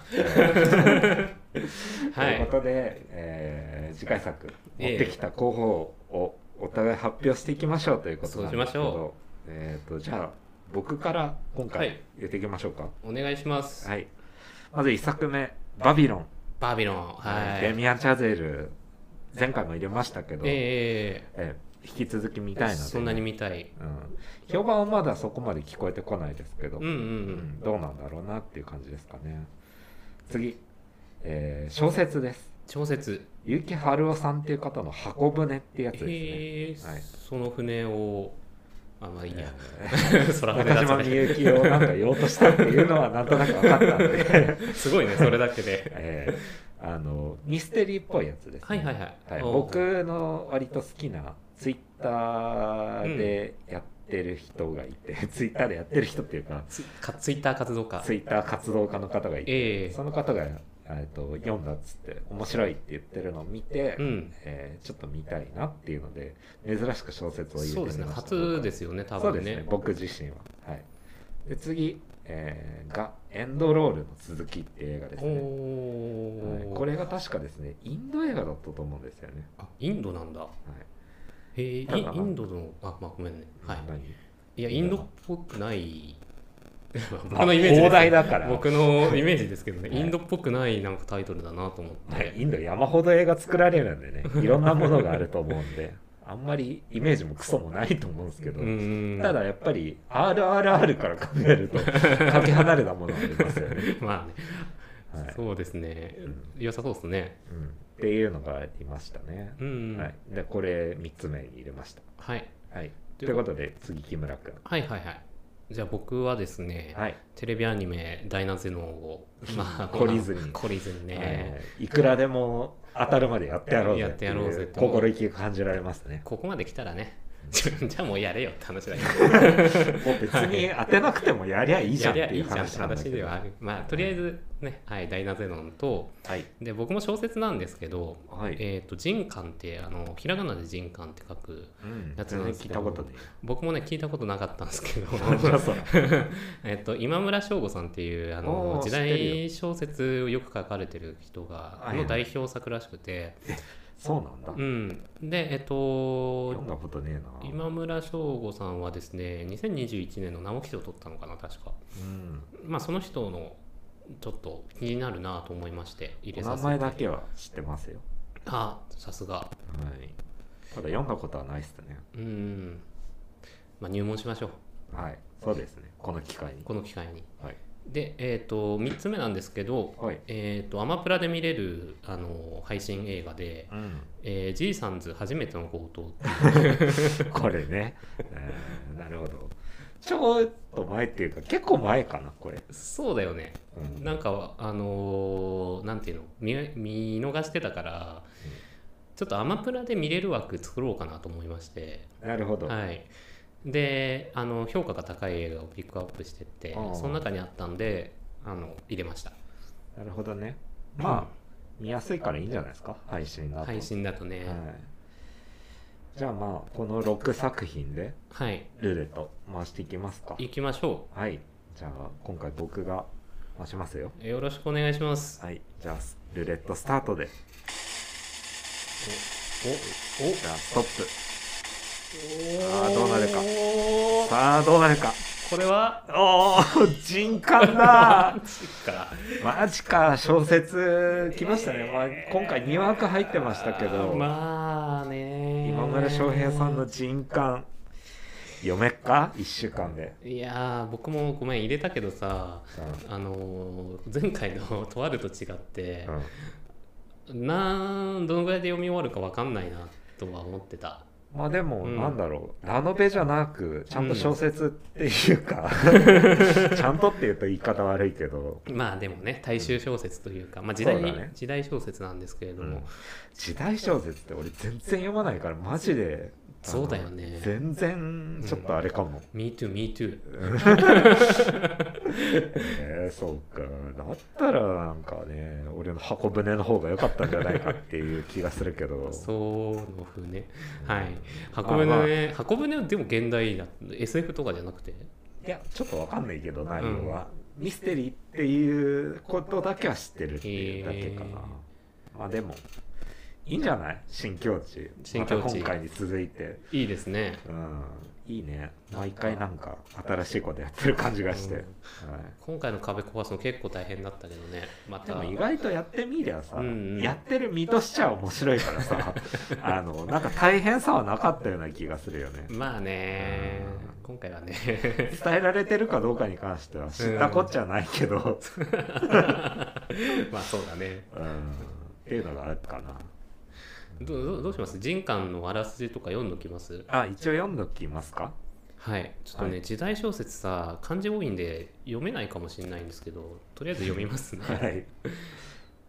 S5: は
S3: いう
S5: い
S3: ことで、えー次回作
S5: え
S3: 持
S5: え
S3: ってきた候補をお互い発表していきましょうということなんですけど
S5: そうしましょ
S3: えー、とじゃあ僕から今
S5: はい
S3: 回言っていきましょうか、はい
S5: お願いします、
S3: まず1作目「バビロン」
S5: バビロンはい
S3: デミアン・チャゼル前回も入れましたけど、え
S5: え
S3: ー引き続き見
S5: ー
S3: たいので、
S5: そんなに見たい
S3: うん、評判はまだそこまで聞こえてこないですけど、
S5: うんうん、
S3: う
S5: うん
S3: んどうなんだろうなっていう感じですかね次、えー小説です
S5: 小説
S3: 結城春夫さんっていう方の「箱舟」ってやつですね、
S5: へえ、
S3: はい
S5: その船をあまあい いや、
S3: え
S5: 空
S3: ー
S5: 船だ
S3: 中島
S5: そ
S3: み
S5: れ
S3: ゆきをなんか言おうとしたっていうのはなんとなく分かったん で、
S5: すごいねそれだけで
S3: えーあのミステリーっぽいやつです、ね、
S5: はいはいはい、
S3: はい、
S5: お
S3: 僕の割と好きなツイッターでやってる人がいて、 ツイッターでやってる人っていうか
S5: ツイかツイッター活動家
S3: ツイッター活動家の方がいて、
S5: ええ
S3: その方がえっと読んだっつって面白いって言ってるのを見て、
S5: うん
S3: えーちょっと見たいなっていうので珍しく小説を入れて
S5: そ
S3: みま
S5: うです
S3: した
S5: ね初ですよね多
S3: そう
S5: 分
S3: です
S5: ね
S3: ね僕自身ははいで次、えーが「エンドロールの続き」っていう映画です
S5: お
S3: ね、
S5: お、
S3: はいこれが確かですねインド映画だったと思うんですよね、
S5: あインドなんだ
S3: はい、
S5: へえイ
S3: ただまあ
S5: インドのあまあごめんねはい
S3: 何
S5: いやインドっぽくない
S3: まあ
S5: 僕のイメージで
S3: 広
S5: す
S3: 大だから
S5: 僕のイメージですけどね、
S3: はい
S5: インドっぽくないなんかタイトルだなと思って、
S3: はいインド山ほど映画作られるんでねいろんなものがあると思うんであんまりイメージもクソもないと思うんですけど、
S5: うん
S3: ただやっぱり RRR から考えるとかけ離れたものがありますよね。
S5: まあね、
S3: はい
S5: そうですね
S3: うん
S5: 良さそうですね
S3: うん、っていうのがありましたね。
S5: うん、
S3: はい、でこれ3つ目に入れました。
S5: はい、
S3: はい、と
S5: と
S3: い
S5: いうう
S3: こ
S5: こと
S3: で次木村君。
S5: はいはいはいじゃあ僕はですね、
S3: はい
S5: テレビアニメ「大なぜの」 を、まあ、
S3: 懲りずに
S5: 懲りずにね、
S3: えーいくらでも当たるまでやってやろうぜ
S5: やってやろうぜ
S3: っ
S5: ってて
S3: いう心意気が感じられます ね
S5: ここまで来たらねじゃあ もうやれよって話だけど
S3: もう別に当てなくてもやりゃいいじゃんっていう
S5: やりゃいい
S3: 話
S5: じ
S3: な
S5: ゃん
S3: ん
S5: って
S3: だけど
S5: 話ではあるまあとりあえずねはい「大なぜの」と
S3: はい
S5: で僕も小説なんですけど
S3: はい
S5: えー、と人感ってあのひらがなで人感って書く
S3: うん
S5: やつなんです
S3: 聞い
S5: け
S3: た
S5: ど
S3: ことね
S5: 僕もね聞いたことなかったんですけど えっと今村翔吾さんっていうあ
S3: おー
S5: の時
S3: 知ってる
S5: 代小説をよく書かれてる人が
S3: はいはい
S5: の代表作らしくて、
S3: そうなんだ、
S5: うん、でえっ
S3: 読ん
S5: と
S3: だことねえな
S5: 今村翔吾さんはですね2021年の直木賞を取ったのかな確か
S3: うん
S5: まあその人のちょっと気になるなと思いまして入れ
S3: お
S5: さ
S3: 名
S5: せて
S3: 前だけは知ってますよ
S5: あさすが
S3: はいただ読んだことはないっすね
S5: うんまあ入門しましょう
S3: はいそうですねこの機会に
S5: この機会に
S3: はい
S5: で、えー、と3つ目なんですけど、
S3: はい
S5: えー、とアマプラで見れるあの配信映画で
S3: うん
S5: 「えー、じいさんズ初めての強盗」ってい う
S3: これね、えーなるほどちょっと前っていうか結構前かなこれ、
S5: そうだよね
S3: うん
S5: なんかあのーなんていうの見見逃してたから、
S3: うん
S5: ちょっとアマプラで見れる枠作ろうかなと思いまして
S3: なるほど、
S5: はいであの評価が高い映画をピックアップしてって
S3: あー
S5: その中にあったんであの入れました
S3: なるほどねまあ、見やすいからいいんじゃないですか配信だと
S5: 配信だとね
S3: はい、じゃあまあこの6作品で
S5: はい、
S3: ルーレット回していきますか
S5: 行きましょ
S3: はいじゃあ今回僕が回しますよ
S5: うよろしくお願いします
S3: はいじゃあルーレットスタートでおおじゃあストップあーどうなるか
S5: おー
S3: さあどうなるか
S5: これは
S3: おお 人感だ
S5: か
S3: マジか小説来ましたね、まあ、今回2枠入ってましたけど、
S5: まあね
S3: 今村翔平さんの人感読めっか1週間で、
S5: いやー僕もごめん入れたけどさ
S3: う
S5: あのー前回のとあると違って
S3: んうん
S5: なんどのぐらいで読み終わるかわかんないなとは思ってた
S3: まあでも
S5: うん
S3: なんだろう、ラノベじゃなくちゃんと小説っていう か、ちゃんとっていうと言い方悪いけど
S5: まあでもね大衆小説というか、まあ、時代、
S3: そうだね
S5: 時代小説なんですけれども、
S3: 時代小説って俺全然読まないからマジであの
S5: そうだよね
S3: 全然ちょっとあれかも、
S5: Me too, me too
S3: えーそうかだったらなんかね俺の箱舟の方が良かったんじゃないかっていう気がするけど
S5: そうの船はい箱舟ね、箱舟はでも現代だ SF とかじゃなくて
S3: いやちょっとわかんないけど内容は、ミステリーっていうことだけは知ってるっていうだけかな、ま
S5: へ
S3: あでもいいんじゃない新境地
S5: 新境地
S3: また今回に続いて
S5: いいですね
S3: うんいいね毎回なんか新しいことやってる感じがして、
S5: うん
S3: はい
S5: 今回の壁壊すの結構大変だったけどねま
S3: で
S5: た
S3: も意外とやってみりゃさ、
S5: うんうん
S3: やってる身としちゃ面白いから さあのなんか大変さはなかったような気がするよね
S5: まあね
S3: うん
S5: 今回はね
S3: 伝えられてるかどうかに関しては知ったこっちゃないけど、
S5: まあそうだね
S3: うん、っていうのがあるかな
S5: どどどうします人間のあらすじとか読んどきます
S3: あ一応読んどきますか
S5: はいちょっとね、
S3: は
S5: 時代小説さ漢字多いんで読めないかもしれないんですけどとりあえず読み ますね
S3: はい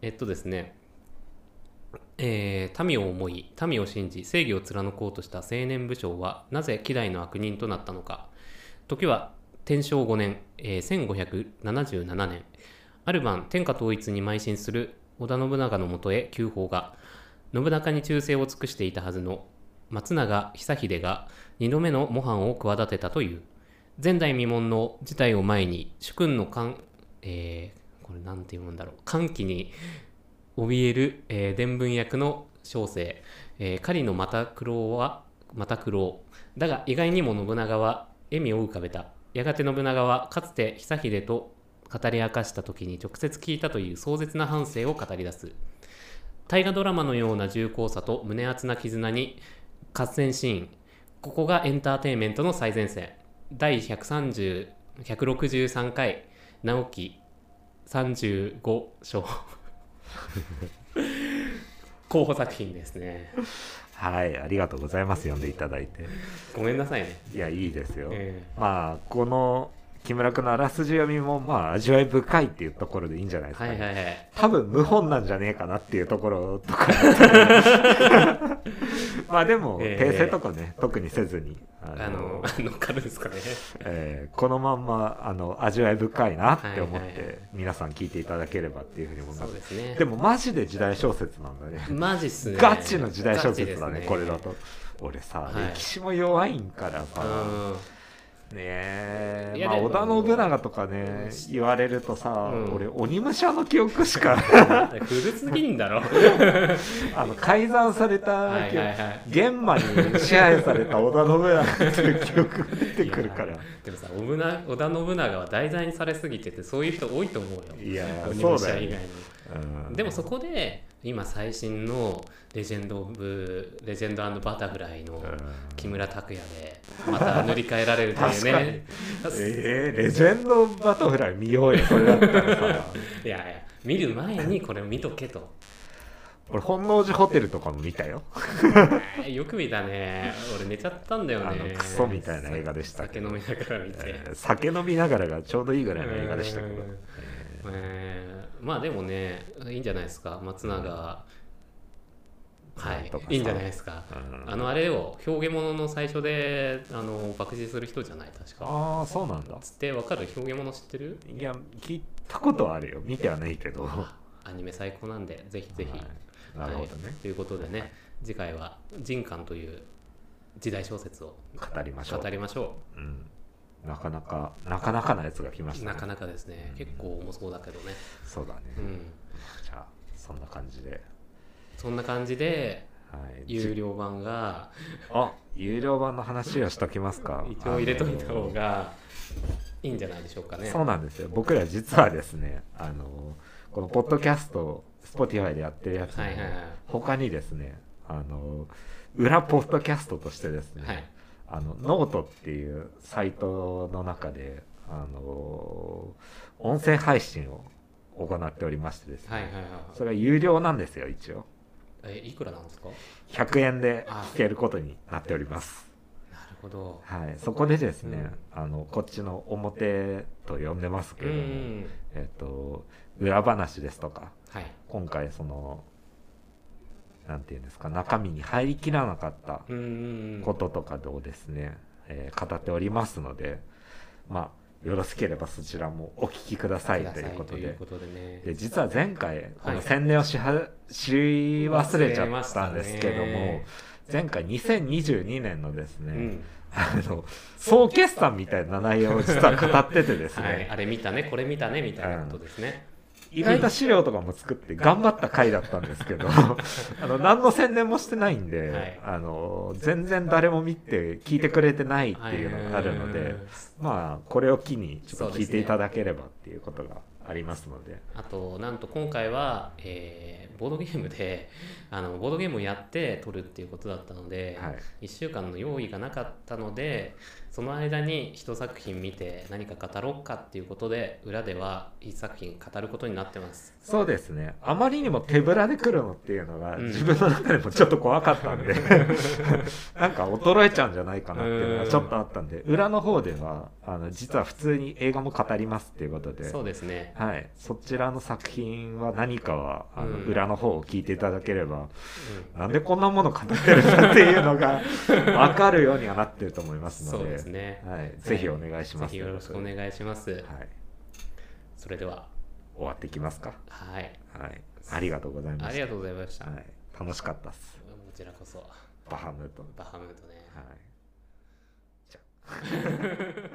S5: えっとですね、えー民を思い、民を信じ、正義を貫こうとした青年武将は、なぜ希代の悪人となったのか。時は天正5年、えー1577年、ある晩、天下統一に邁進する織田信長のもとへ急報が、信長に忠誠を尽くしていたはずの松永久秀が2度目の模範を企てたという。前代未聞の事態を前に、主君の官、えーこれなんて読むんだろう、歓喜に怯える、えー伝聞役の小生、えー狩りの又九郎は又九郎だが意外にも信長は笑みを浮かべたやがて信長はかつて久秀と語り明かした時に直接聞いたという壮絶な反省を語り出す大河ドラマのような重厚さと胸厚な絆に合戦シーンここがエンターテインメントの最前線第130 163回直樹35章候補作品ですね
S3: はい、ありがとうございます。読んでいただいて。
S5: ごめんなさいね、
S3: いや、いいですよ。
S5: え
S3: まあ、この木村君のあらすじ読みも、まあ、味わい深いっていうところでいいんじゃない
S5: え
S3: ですか、
S5: はいはいはい
S3: 多分無本なんじゃねえかなっていうところ とかまあでも、
S5: ええ
S3: 訂正とかね特にせずにあ
S5: あの乗っかるんですかね
S3: えーこのまんまあの味わい深いなって思っ
S5: はいはいは
S3: て皆さん聞いていただければっていうふうに思いま
S5: そ
S3: す
S5: うですね
S3: でもマジで時代小説なんだね
S5: マジっすね
S3: ガチの時代小説だね
S5: ガチです
S3: これだと俺さ、
S5: はい
S3: 歴史も弱いんからさ、
S5: う
S3: ねえ
S5: いや
S3: まあ、
S5: でも
S3: 織田信長とかね言われるとさ、
S5: うん
S3: 俺鬼武者の記憶し か
S5: ん古すぎんだろは
S3: あの改ざんされ
S5: い
S3: た
S5: はい
S3: 記憶
S5: はい
S3: 現場に支配された織田信長っていう記憶が出てくるか
S5: い
S3: ら
S5: やでもさ織田織田信長は題材にされすぎててそういう人多いと思うよ
S3: いやー
S5: 鬼
S3: そ
S5: 武
S3: うだ
S5: 者
S3: よ
S5: 以外に
S3: ね、うん
S5: でもそこで今最新のレジェンド・オブ・レジェンドバタフライの
S3: うん
S5: 木村拓哉でまた塗り替えられるというね
S3: えー、レジェンドバタフライ見ようよそれだったら さ
S5: いやいや見る前にこれを見とけと
S3: 俺本能寺ホテルとかも見たよ
S5: あーよく見たね俺寝ちゃったんだよ
S3: あ
S5: ね
S3: のクソみたいな映画でしたけ
S5: 酒飲
S3: ど
S5: みながら見て、
S3: えー酒飲みながらがちょうどいいぐらいの映画でしたけど
S5: うんえーまあでもねいいんじゃないですか松永、は
S3: なんとかさ
S5: いいいんじゃないですか、
S3: うん
S5: あのあれを表現物の最初であの爆死する人じゃない確か
S3: ああそうなんだ
S5: つってわかる表現物知ってる
S3: いや聞いたことはあるよ見てはないけど
S5: あアニメ最高なんでぜひぜひ、
S3: はいなるほど
S5: はい
S3: ね、
S5: ということでね次回は「人間」という時代小説を
S3: 語りましょう
S5: 語りましょ
S3: うん、なかなかなかなかなやつが来まし
S5: う
S3: た、ね、
S5: なかなかですね
S3: うん
S5: 結構重そうだけどね
S3: そうだね、
S5: うん
S3: じゃあそんな感じで、
S5: そんな感じで
S3: はい、
S5: 有料版が
S3: あ有料版の話をしときますか
S5: 一応入れといた方がいいんじゃないでしょうか
S3: あの
S5: ね。
S3: そうなんですよ僕ら実はですねあのこのポッドキャスト Spotify でやってるやつの
S5: はいはいはい
S3: 他にですねあの裏ポッドキャストとしてですね、
S5: はい
S3: あのノートっていうサイトの中であの音声配信を行っておりましてですね、
S5: はいはい
S3: そ
S5: は
S3: れは有料なんですよ一応
S5: い。えいくらなんですか。
S3: 100円で聞けることになっております
S5: なるほど。
S3: はい、そこでですね、あのこっちの表と呼んでますけ
S5: う
S3: れども、
S5: ん。
S3: えっ、と裏話ですとか
S5: はい
S3: 今回そのなんていうんですか中身に入りきらなかった
S5: うんうんうん。
S3: こととかをですね、えー語っておりますのでまあよろしければそちらもお聞きくださいということ
S5: くださいとい
S3: で
S5: うことでね。
S3: で実は前回こ
S5: は
S3: の
S5: い
S3: 宣伝をしはし忘れち
S5: 忘
S3: ゃ
S5: れま
S3: っ
S5: したた
S3: ん
S5: ね
S3: ですけども前回2022年のですね、
S5: うん。
S3: あの総決算みたいな内容を実は語っててですね、
S5: はい。あれ見たね、これ見たねみたいなことですね。
S3: 意外と資料とかも作って頑張った回だったんですけ どあの何の宣伝もしてないんで、
S5: はい
S3: あの全然誰も見て聞いてくれてないっていうのがあるので、
S5: はい
S3: まあこれを機にちょっと
S5: そう
S3: 聞
S5: で
S3: い
S5: す
S3: て
S5: ね
S3: いただければっていうことがありますので
S5: あとなんと今回は、えーボードゲームで あのボードゲームをやって撮るっていうことだったので、
S3: はい
S5: 1週間の用意がなかったのでその間に1作品見て何か語ろうかっていうことで裏では1作品語ることになってます
S3: そうですねあまりにも手ぶらで来るのっていうのが
S5: うん
S3: 自分の中でもちょっと怖かった んで、なんか衰えちゃうんじゃないかなっていうのがちょっとあったんで裏の方ではあの実は普通に映画も語りますっていうことで
S5: そうですね
S3: はい、そちらの作品は何かはあの、
S5: うん
S3: 裏の方を聞いていただければなんでこんなもの語ってるんだっていうの が分かるようにはなってると思います
S5: そ
S3: の
S5: う
S3: で
S5: ですね
S3: はい、ぜひお願いし
S5: ぜ
S3: ます、
S5: ひよろしくお
S3: はい、
S5: 願いしますそれでは
S3: 終わっていきますか、
S5: はい
S3: はい、ありがとうございま
S5: あ
S3: し
S5: り
S3: た
S5: がとうございました、
S3: はい、楽しかったっす
S5: こちらこそ
S3: バハムート、
S5: バハムートね
S3: はい